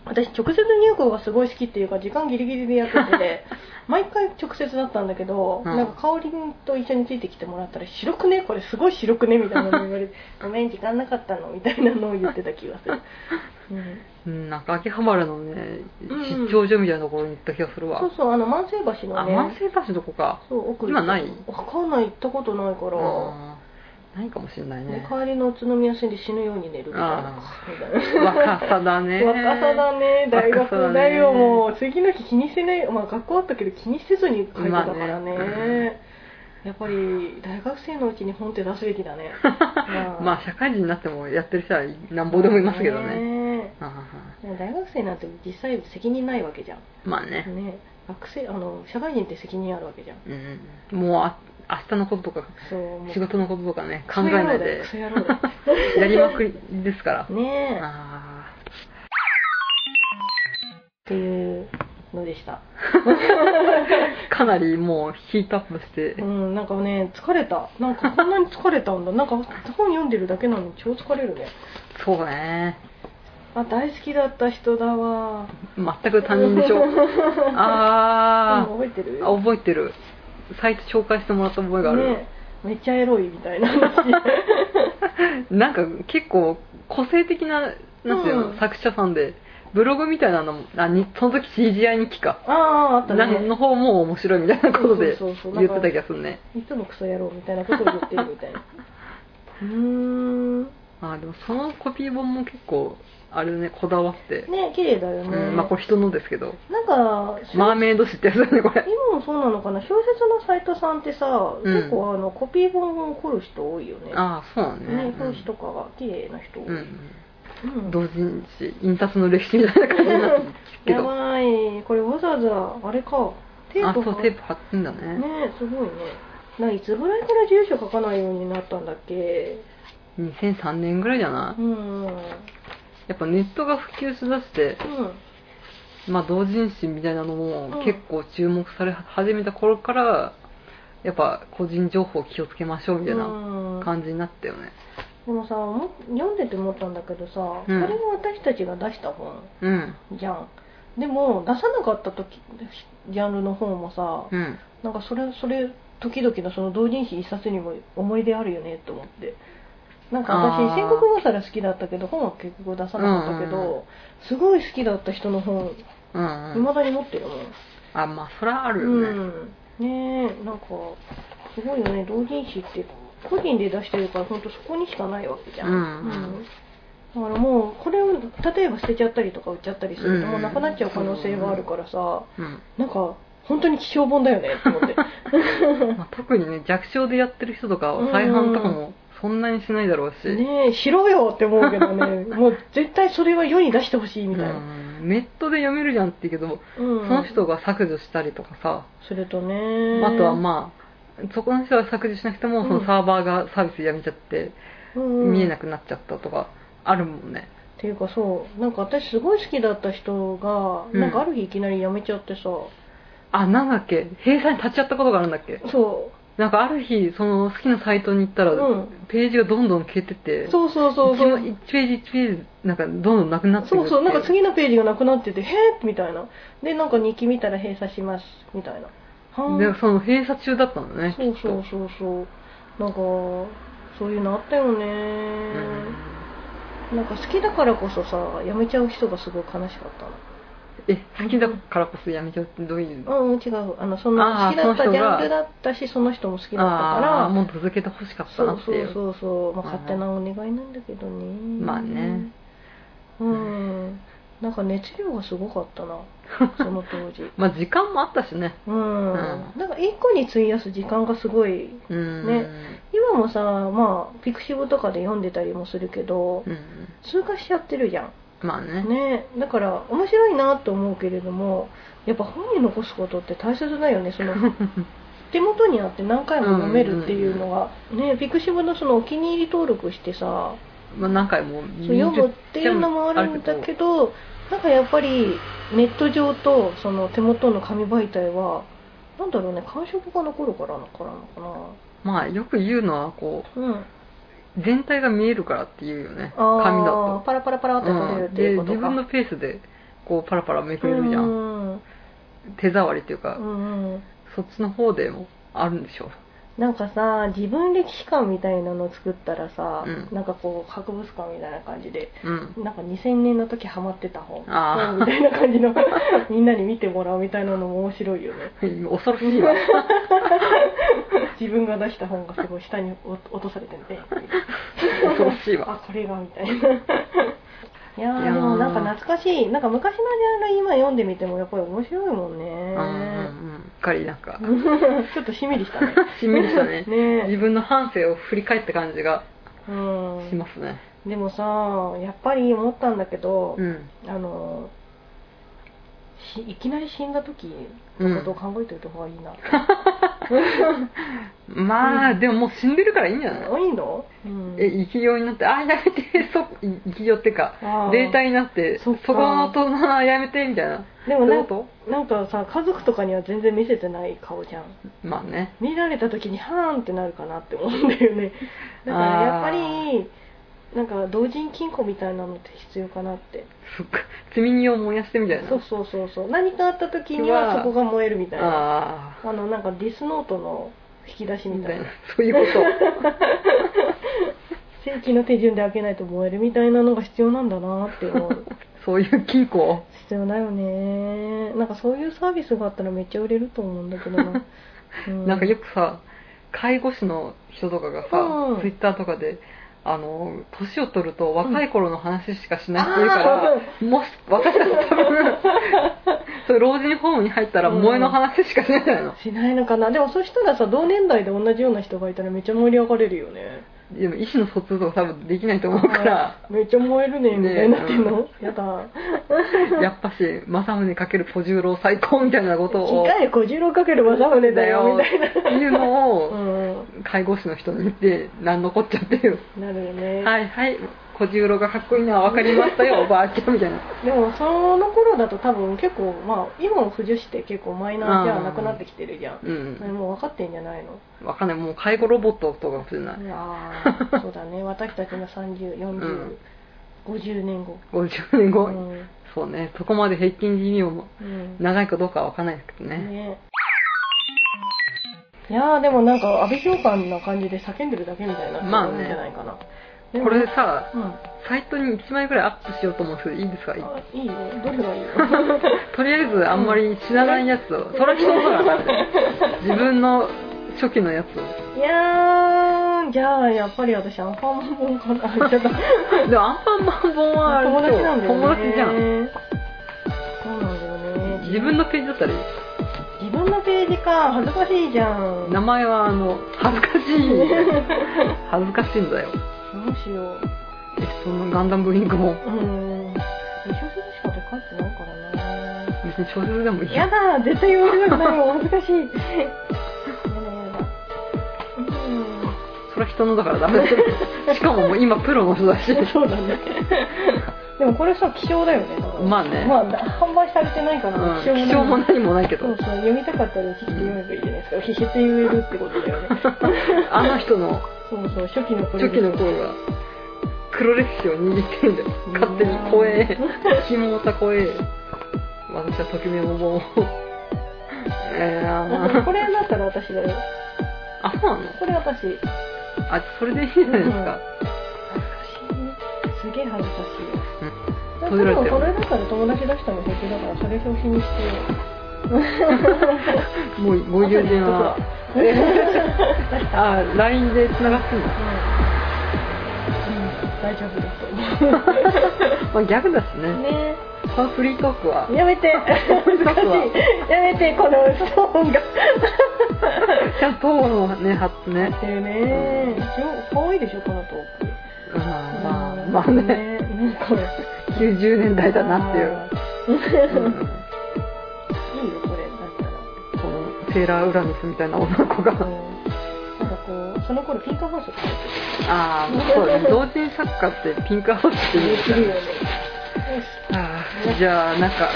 Speaker 2: 私直接入稿がすごい好きっていうか時間ギリギリでやっ てて毎回直接だったんだけど、
Speaker 1: うん
Speaker 2: なんか香りと一緒についてきてもらったら「白くねこれすごい白くね」みたいなの言 われて「ごめん時間なかったの」みたいなのを言ってた気がする、うん、
Speaker 1: うんなんか秋葉原のね
Speaker 2: うんうん
Speaker 1: 出張所みたいなところに行った気がするわ
Speaker 2: そうそうあの万世橋の
Speaker 1: あ
Speaker 2: ね
Speaker 1: 万世橋どこか
Speaker 2: そう奥
Speaker 1: 今ない
Speaker 2: わかんない行ったことないから、
Speaker 1: あーないかもしれない
Speaker 2: で
Speaker 1: ね
Speaker 2: 帰りの宇都宮線で死ぬように寝るみたいな
Speaker 1: あ
Speaker 2: みたいな
Speaker 1: 若さだね
Speaker 2: 若さだね大
Speaker 1: 若
Speaker 2: 学
Speaker 1: さだね
Speaker 2: だよもう次の日気にしてないまあ学校あったけど気にせずに書いてたからね,、
Speaker 1: まあね
Speaker 2: やっぱり大学生のうちに本って出すべきだねま
Speaker 1: まあ社会人になってもやってる人はなんぼでもいますけどね
Speaker 2: ね
Speaker 1: ああ
Speaker 2: でも大学生なんて実際責任ないわけじゃん
Speaker 1: まあね
Speaker 2: ね学生あの社会人って責任あるわけじゃん
Speaker 1: うんもうあ明日のこととか
Speaker 2: そうもう
Speaker 1: 仕事のこととかね考えないで
Speaker 2: クソ野郎だよクソ野郎だよ
Speaker 1: やりまくりですから
Speaker 2: ねえっ
Speaker 1: あ
Speaker 2: ていうのでした
Speaker 1: あかなりもうヒートアップして
Speaker 2: うんなんかね疲れたなんかこんなに疲れた んだなんか本読んでるだけなのに超疲れるね
Speaker 1: そうだね
Speaker 2: あ大好きだった人だわ
Speaker 1: 全く他人でし ょあ
Speaker 2: うん覚えてる
Speaker 1: ーあ覚えてるサイト紹介してもらった覚えがある、
Speaker 2: ねめっちゃエロいみたいな話
Speaker 1: なんか結構個性的ななんていうの、
Speaker 2: うん
Speaker 1: 作者さんでブログみたいなのもあにその時 CGI 日記か
Speaker 2: あああった
Speaker 1: な
Speaker 2: ね
Speaker 1: の方も面白いみたいなことで
Speaker 2: そうそうそう
Speaker 1: 言ってた気がするね
Speaker 2: いつもクソ野郎みたいなことを言ってるみたいなうーんね
Speaker 1: あーでもそのコピー本も結構あれねこだわって、
Speaker 2: 綺麗だよ
Speaker 1: う
Speaker 2: ね、
Speaker 1: んまあこれ人のですけど
Speaker 2: なんか
Speaker 1: マーメイド誌ってやつだねこれ
Speaker 2: 今もそうなのかな小説のサイトさんってさ、
Speaker 1: うん
Speaker 2: 結構あのコピー本を凝る人多いよね
Speaker 1: ああそうなのね
Speaker 2: ね表紙とかが綺麗な人多い、
Speaker 1: うん、
Speaker 2: う
Speaker 1: うんん、同人誌印刷の歴史みたいな感じになってるけ
Speaker 2: や
Speaker 1: ど
Speaker 2: ばいこれわざわざあれかテー
Speaker 1: あ
Speaker 2: プ
Speaker 1: そうテープ貼ってんだね
Speaker 2: ねすごいねないつぐらいから住所書かないようになったんだっけ
Speaker 1: 2003年ぐらいじゃな
Speaker 2: う
Speaker 1: い
Speaker 2: んうん
Speaker 1: やっぱネットが普及しだしてまあ、同人誌みたいなの
Speaker 2: う
Speaker 1: も
Speaker 2: ん
Speaker 1: 結構注目され始めた頃から、やっぱ個人情報気をつけましょうみたいな
Speaker 2: うん
Speaker 1: 感じになったよね
Speaker 2: でもさも読んでて思ったんだけどさ、
Speaker 1: うん
Speaker 2: これも私たちが出した本
Speaker 1: うん
Speaker 2: じゃんでも出さなかった時ジャンルの本もさ、
Speaker 1: うん
Speaker 2: なんかそれそれ時々のその同人誌一冊にも思い出あるよねと思ってなんか
Speaker 1: あー
Speaker 2: 私戦国語皿好きだったけど本は結局出さなかったけど、
Speaker 1: うんうんう
Speaker 2: すごい好きだった人の本
Speaker 1: うん、うん、
Speaker 2: 未だに持ってるもん、
Speaker 1: あまあそれはあるよ
Speaker 2: う
Speaker 1: ね、
Speaker 2: んねえなんかすごいよね同人誌って個人で出してるから本当そこにしかないわけじゃん、
Speaker 1: うん
Speaker 2: だからもうこれを例えば捨てちゃったりとか売っちゃったりするともううんなくなっちゃう可能性があるからさ、
Speaker 1: うん
Speaker 2: なんか本当に希少本だよねって思って
Speaker 1: まあ、特にね弱小でやってる人とかは再販とかもそんなにしないだろうし、
Speaker 2: ねえしろよって思うけど ねもう絶対それは世に出してほしいうみたいな、
Speaker 1: ん、ネットで読めるじゃんって言うけど、
Speaker 2: うん
Speaker 1: その人が削除したりとかさ、
Speaker 2: それとね
Speaker 1: あとはまあそこの人は削除しなくても
Speaker 2: うん
Speaker 1: そのサーバーがサービスやめちゃって
Speaker 2: うん
Speaker 1: 見えなくなっちゃったとかあるもんね、
Speaker 2: っていうかそうなんか私すごい好きだった人が、
Speaker 1: うん
Speaker 2: なんかある日いきなり辞めちゃってさ
Speaker 1: あなんだっけ閉鎖に立ち会ったことがあるんだっけ
Speaker 2: そ
Speaker 1: なんかある日その好きなサイトに行ったら、
Speaker 2: うん
Speaker 1: ページがどんどん消えてて
Speaker 2: うそうそうそうそう
Speaker 1: 1ページ1ページなんかどんどんなくなってく
Speaker 2: そうそうなんか
Speaker 1: 次
Speaker 2: 次のページがなくなってて「へえ」みたいなでなんか日記見たら閉鎖しますみたいなは
Speaker 1: で
Speaker 2: あ
Speaker 1: その閉鎖中だったのね
Speaker 2: そうそう
Speaker 1: きっ
Speaker 2: そうそうなんかそういうのあったよね、
Speaker 1: とうん
Speaker 2: なんか好きだからこそさ辞めちゃう人がすごい悲しかったの
Speaker 1: え好きだからこそやめちゃうってどういうの
Speaker 2: うん違うあのそんな
Speaker 1: あー
Speaker 2: 好きだった
Speaker 1: その人が
Speaker 2: ジャンルだったしその人も好きだった
Speaker 1: ああー
Speaker 2: か
Speaker 1: もう続けてほしかっ
Speaker 2: ら
Speaker 1: た
Speaker 2: そ
Speaker 1: な
Speaker 2: う
Speaker 1: って
Speaker 2: そ
Speaker 1: いう
Speaker 2: うそうそう、まあ、
Speaker 1: うん
Speaker 2: 勝手なお願いなんだけどね
Speaker 1: まあね
Speaker 2: うんなんか熱量がすごかっ たなその当時
Speaker 1: まあ時間もあったしね
Speaker 2: うん、なんか一個に費やす時間がすごい
Speaker 1: うん
Speaker 2: ね今もさまあピクシブとかで読んでたりもするけど
Speaker 1: うん
Speaker 2: 通過しちゃってるじゃん
Speaker 1: まあね
Speaker 2: ねだから面白いなと思うけれどもやっぱ本に残すことって大切だよねその 手元にあって何回も読めるっていうのが、ねピクシブのそのお気に入り登録してさ
Speaker 1: まあ何回も
Speaker 2: そう
Speaker 1: 見
Speaker 2: 読むっていうのもあるんだけどなんかやっぱりネット上とその手元の紙媒体はなんだろうね感触が残るからなのからなのか
Speaker 1: まあよく言うのはこ
Speaker 2: なうん
Speaker 1: う全体が見えるからっていうよね
Speaker 2: あー
Speaker 1: 紙だと、
Speaker 2: パラパラパラって取れる
Speaker 1: う
Speaker 2: っ
Speaker 1: ん
Speaker 2: てい
Speaker 1: で
Speaker 2: うこと
Speaker 1: 自
Speaker 2: か、
Speaker 1: 分のペースでこうパラパラめくれるじゃ
Speaker 2: うんん
Speaker 1: 手触りっていうか
Speaker 2: うんうん
Speaker 1: そっちの方でもあるんでしょ
Speaker 2: なんかさ自分歴史館みたいなの作ったらさ、
Speaker 1: うん
Speaker 2: なんかこう博物館みたいな感じで
Speaker 1: ううん
Speaker 2: なんか2000年の時ハマってた本
Speaker 1: あー
Speaker 2: みたいな感じの みんなに見てもらうみたいなのも面白いよね
Speaker 1: 恐ろしいわ
Speaker 2: 自分が出した本がすごい下に落落とされてて
Speaker 1: 恐ろしいわ
Speaker 2: あこれがみた いないやー
Speaker 1: いやー
Speaker 2: でもなんか懐かしいなんか昔のジャンル今読んでみてもやっぱり面白いもんね
Speaker 1: うんうんうんうっかりなんか
Speaker 2: ちょっとしみりしたね
Speaker 1: しんみりしたね
Speaker 2: ね
Speaker 1: 自分の半生を振り返った感じが
Speaker 2: うん
Speaker 1: しますね
Speaker 2: でもさやっぱり思ったんだけど、
Speaker 1: うん
Speaker 2: あのしいきなり死んだ時のことを考えておいた方がい いな、
Speaker 1: まあでももう死んでるからいいんじゃない
Speaker 2: いいの、うん
Speaker 1: え生きようになってあやめてそ生きようっていうか
Speaker 2: あー
Speaker 1: データになって
Speaker 2: そ
Speaker 1: そ
Speaker 2: っか
Speaker 1: この大人はやめてみたいな
Speaker 2: でもなん
Speaker 1: どういうこ
Speaker 2: なんかさ家族とかには全然見せてない顔じゃん
Speaker 1: まあね
Speaker 2: 見られた時にはーんってなるかなって思うんだよねだからやっぱりなんか同人金庫みたいなのって必要かなって
Speaker 1: そっか積み荷を燃やしてみたいな
Speaker 2: そうそうそうそう何かあった時には
Speaker 1: うわ
Speaker 2: そこが燃えるみたいなあ
Speaker 1: あ
Speaker 2: のなんかディスノートの引き出し
Speaker 1: あ
Speaker 2: み
Speaker 1: み
Speaker 2: た
Speaker 1: た
Speaker 2: い
Speaker 1: い
Speaker 2: な
Speaker 1: なそういうこと
Speaker 2: 正規の手順で開けないと燃えるみたいなのが必要なんだなって思う
Speaker 1: そういう金庫を
Speaker 2: 必要だよねなんかそういうサービスがあったらめっちゃ売れると思うんだけどな、う
Speaker 1: なんかよくさ介護士の人とかがさ、
Speaker 2: うん
Speaker 1: ツイッターとかであの年を取ると若い頃の話しかしないっていうか
Speaker 2: あ
Speaker 1: ら、もし私たち多 分そういう老人ホームに入ったら
Speaker 2: うん
Speaker 1: 萌えの話しかしないじゃないの、
Speaker 2: しないのかなでもそしたらさ同年代で同じような人がいたらめっちゃ盛り上がれるよね
Speaker 1: でも医師の疎通とか多分できないと思うから
Speaker 2: あーめっちゃ燃えるねみたいになってんの、
Speaker 1: ね
Speaker 2: やだ
Speaker 1: やっぱし政宗かける小十郎最高みたいなことを
Speaker 2: 機械小十郎かける政宗だよみたいな
Speaker 1: っていうのを
Speaker 2: う
Speaker 1: 介護士の人に言って何のこっちゃっていう
Speaker 2: うんなるよね、
Speaker 1: はいはい小十郎がかっこいいのは分かりました よおばあちゃんみたいな
Speaker 2: でもその頃だと多分結構まあ今も腐女子って結構マイナーじゃなくなってきてるじゃん、
Speaker 1: うん
Speaker 2: それもう分かってんじゃないの
Speaker 1: わかんない、もう介護ロボットとかもしれない。
Speaker 2: ああそう だね私たちの304050
Speaker 1: ん、
Speaker 2: 50年後
Speaker 1: 50年後、
Speaker 2: うん
Speaker 1: そうね、そこまで平均寿命も
Speaker 2: うん
Speaker 1: 長いかどうかはわかんないですけどね。
Speaker 2: ねいやーでもなんか安倍評判な感じで叫んでるだけみたいな
Speaker 1: まあね
Speaker 2: 人もいるんじゃないかな、でも
Speaker 1: これさ、
Speaker 2: うんあ
Speaker 1: サイトに1枚ぐらいアップしようと思うんですけど、いいですか
Speaker 2: いいよどれがいいよ
Speaker 1: とりあえずあんまり知らないやつを、 それは人の方が分かるね。自分の初期のやつを。
Speaker 2: いやーうんじゃあやっぱり私アンパンマン本 かなちょっと
Speaker 1: でもアンパンマン本はあれ
Speaker 2: 友達なんだよね
Speaker 1: 友達じゃん
Speaker 2: そうなんだよね
Speaker 1: 自分のページだったらいい
Speaker 2: 自分のページか恥ずかしいじゃん
Speaker 1: 名
Speaker 2: ど
Speaker 1: 前はあの恥ずかしい恥ずかしいんだよ
Speaker 2: うしよう
Speaker 1: えそんなガンダムブリンクも
Speaker 2: うん一小節しかで書いてないからな
Speaker 1: 別に小説でもいい
Speaker 2: やだ絶対言われなくないよ恥ずかしいやだやだうん
Speaker 1: それは人のだからダメだよしかももう今プロの人だし
Speaker 2: そうだね。でもこれさ、希少だよね。だから
Speaker 1: まあね
Speaker 2: まあ、だ販売されてないから、
Speaker 1: うん気象も
Speaker 2: ない。
Speaker 1: 何もないけ
Speaker 2: そう
Speaker 1: ど
Speaker 2: そう、読みたかったら、ひして読めばいいじゃないですか。ひして言えるってことだ よね。
Speaker 1: あの人の
Speaker 2: そうそう、初期の頃。
Speaker 1: 初期の頃が黒歴史を握ってるんだよ勝手に怖えひもた怖え私はときめももうえー、
Speaker 2: だって
Speaker 1: あ
Speaker 2: これだったら私だよ。
Speaker 1: あそうなの
Speaker 2: これ私。恥ずか
Speaker 1: あそれでいいじゃないですか、
Speaker 2: しいね。すげえ恥ずかしいよ。
Speaker 1: うん
Speaker 2: でも
Speaker 1: 取
Speaker 2: こ
Speaker 1: ら
Speaker 2: れだったら友達出したの平気だから、それ表紙にして。
Speaker 1: もうご友人はあ LINE でつながってん の、
Speaker 2: うん大丈夫だと思
Speaker 1: まあ、ギャグだし
Speaker 2: う。
Speaker 1: ね
Speaker 2: ね
Speaker 1: パーフリートークは
Speaker 2: やめて恥ずかしい やめてこのストーンが
Speaker 1: ちゃんと塔のね貼ってね
Speaker 2: だよね一応可愛いでしょこのトー
Speaker 1: う
Speaker 2: ク
Speaker 1: んまあまあね
Speaker 2: な んか
Speaker 1: 90年代だなっていう、 うん
Speaker 2: いいよこれだっ
Speaker 1: このセーラーウラヌスみたいな女の子
Speaker 2: たら
Speaker 1: が
Speaker 2: うんなんかこうその頃ピンクハウスとか
Speaker 1: ああそうだね同人作家ってピンクハウスって言う
Speaker 2: す
Speaker 1: か
Speaker 2: るよ
Speaker 1: ら
Speaker 2: ね
Speaker 1: ああじゃあなんか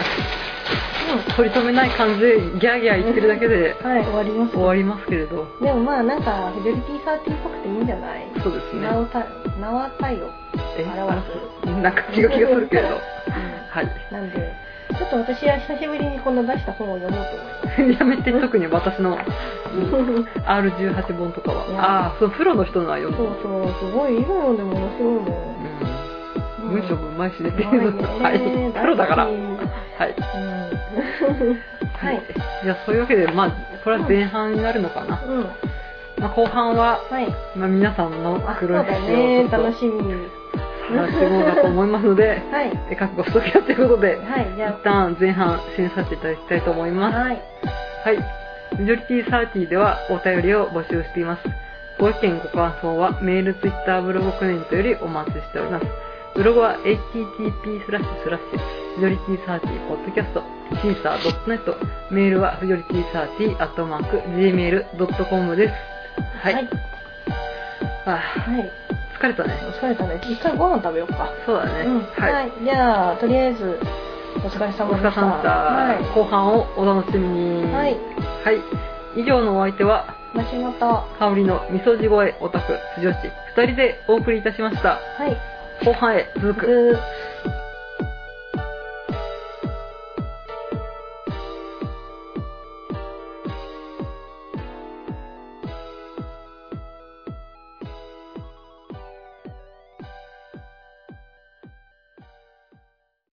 Speaker 1: 取り留めない感じでギャーギャー言ってるだけで
Speaker 2: うんはい終わります
Speaker 1: 終わりますけれど
Speaker 2: でもまあなんかフジョリティサーティっぽくていいんじゃない
Speaker 1: そうですね
Speaker 2: 名をた名は太陽
Speaker 1: え
Speaker 2: 表
Speaker 1: なんか違う気がするけ れどはい
Speaker 2: すなんでちょっと私は久しぶりにこの出した本を読もうと思います
Speaker 1: やめて特に私 のうん R18 本とか
Speaker 2: い
Speaker 1: は
Speaker 2: や
Speaker 1: ああーそのプロの人のは読ん
Speaker 2: そ
Speaker 1: で
Speaker 2: うそう、すごい、今読んでも面白いも
Speaker 1: う
Speaker 2: ん。うん
Speaker 1: ん 文章もうまいしね
Speaker 2: うまいね
Speaker 1: はいプロだから
Speaker 2: う
Speaker 1: は
Speaker 2: ん
Speaker 1: い
Speaker 2: はい。
Speaker 1: じゃあそういうわけでまあこれは前半になるのかな、
Speaker 2: うん。
Speaker 1: まあ、後半は、
Speaker 2: はい。
Speaker 1: まあ、皆さんの
Speaker 2: あ、そう
Speaker 1: 黒
Speaker 2: だ
Speaker 1: い
Speaker 2: ね。
Speaker 1: 歴史を
Speaker 2: 楽
Speaker 1: し
Speaker 2: しみ。
Speaker 1: 話していこうかと思いますので
Speaker 2: はい。
Speaker 1: え覚悟しときやということで
Speaker 2: はい、じ
Speaker 1: 一
Speaker 2: ゃ
Speaker 1: 旦前半締めさせていただきたいと思い
Speaker 2: あ。
Speaker 1: ます
Speaker 2: はい。
Speaker 1: はい。ミジョリティサーティではお便りを募集しています。ご意見、ご感想はメール、ツイッター、ブログコメントよりお待ちしております。ブログは http スラッシュスラッシュ、フジョリティサーティ、ポッドキャスト、シーサー .net、メールはフジョリティサーティ、アットマーク、gmail.com です。はい。
Speaker 2: はい。
Speaker 1: あ
Speaker 2: はい
Speaker 1: ー疲れたね。
Speaker 2: お疲れ様です。一回ご飯食べようか。
Speaker 1: そうだね。
Speaker 2: うん。
Speaker 1: はい。
Speaker 2: はい。じゃあ、とりあえず、お疲れ
Speaker 1: お疲
Speaker 2: 様
Speaker 1: れ様で
Speaker 2: でし。
Speaker 1: したた。後半をお楽しみに。
Speaker 2: はい。はい。。
Speaker 1: はい。以上のお相手は、
Speaker 2: マシモト。は
Speaker 1: 香りの味噌地声オタク、女子、二人でお送りいたしました。
Speaker 2: い。
Speaker 1: 後半へ続く。
Speaker 2: ずー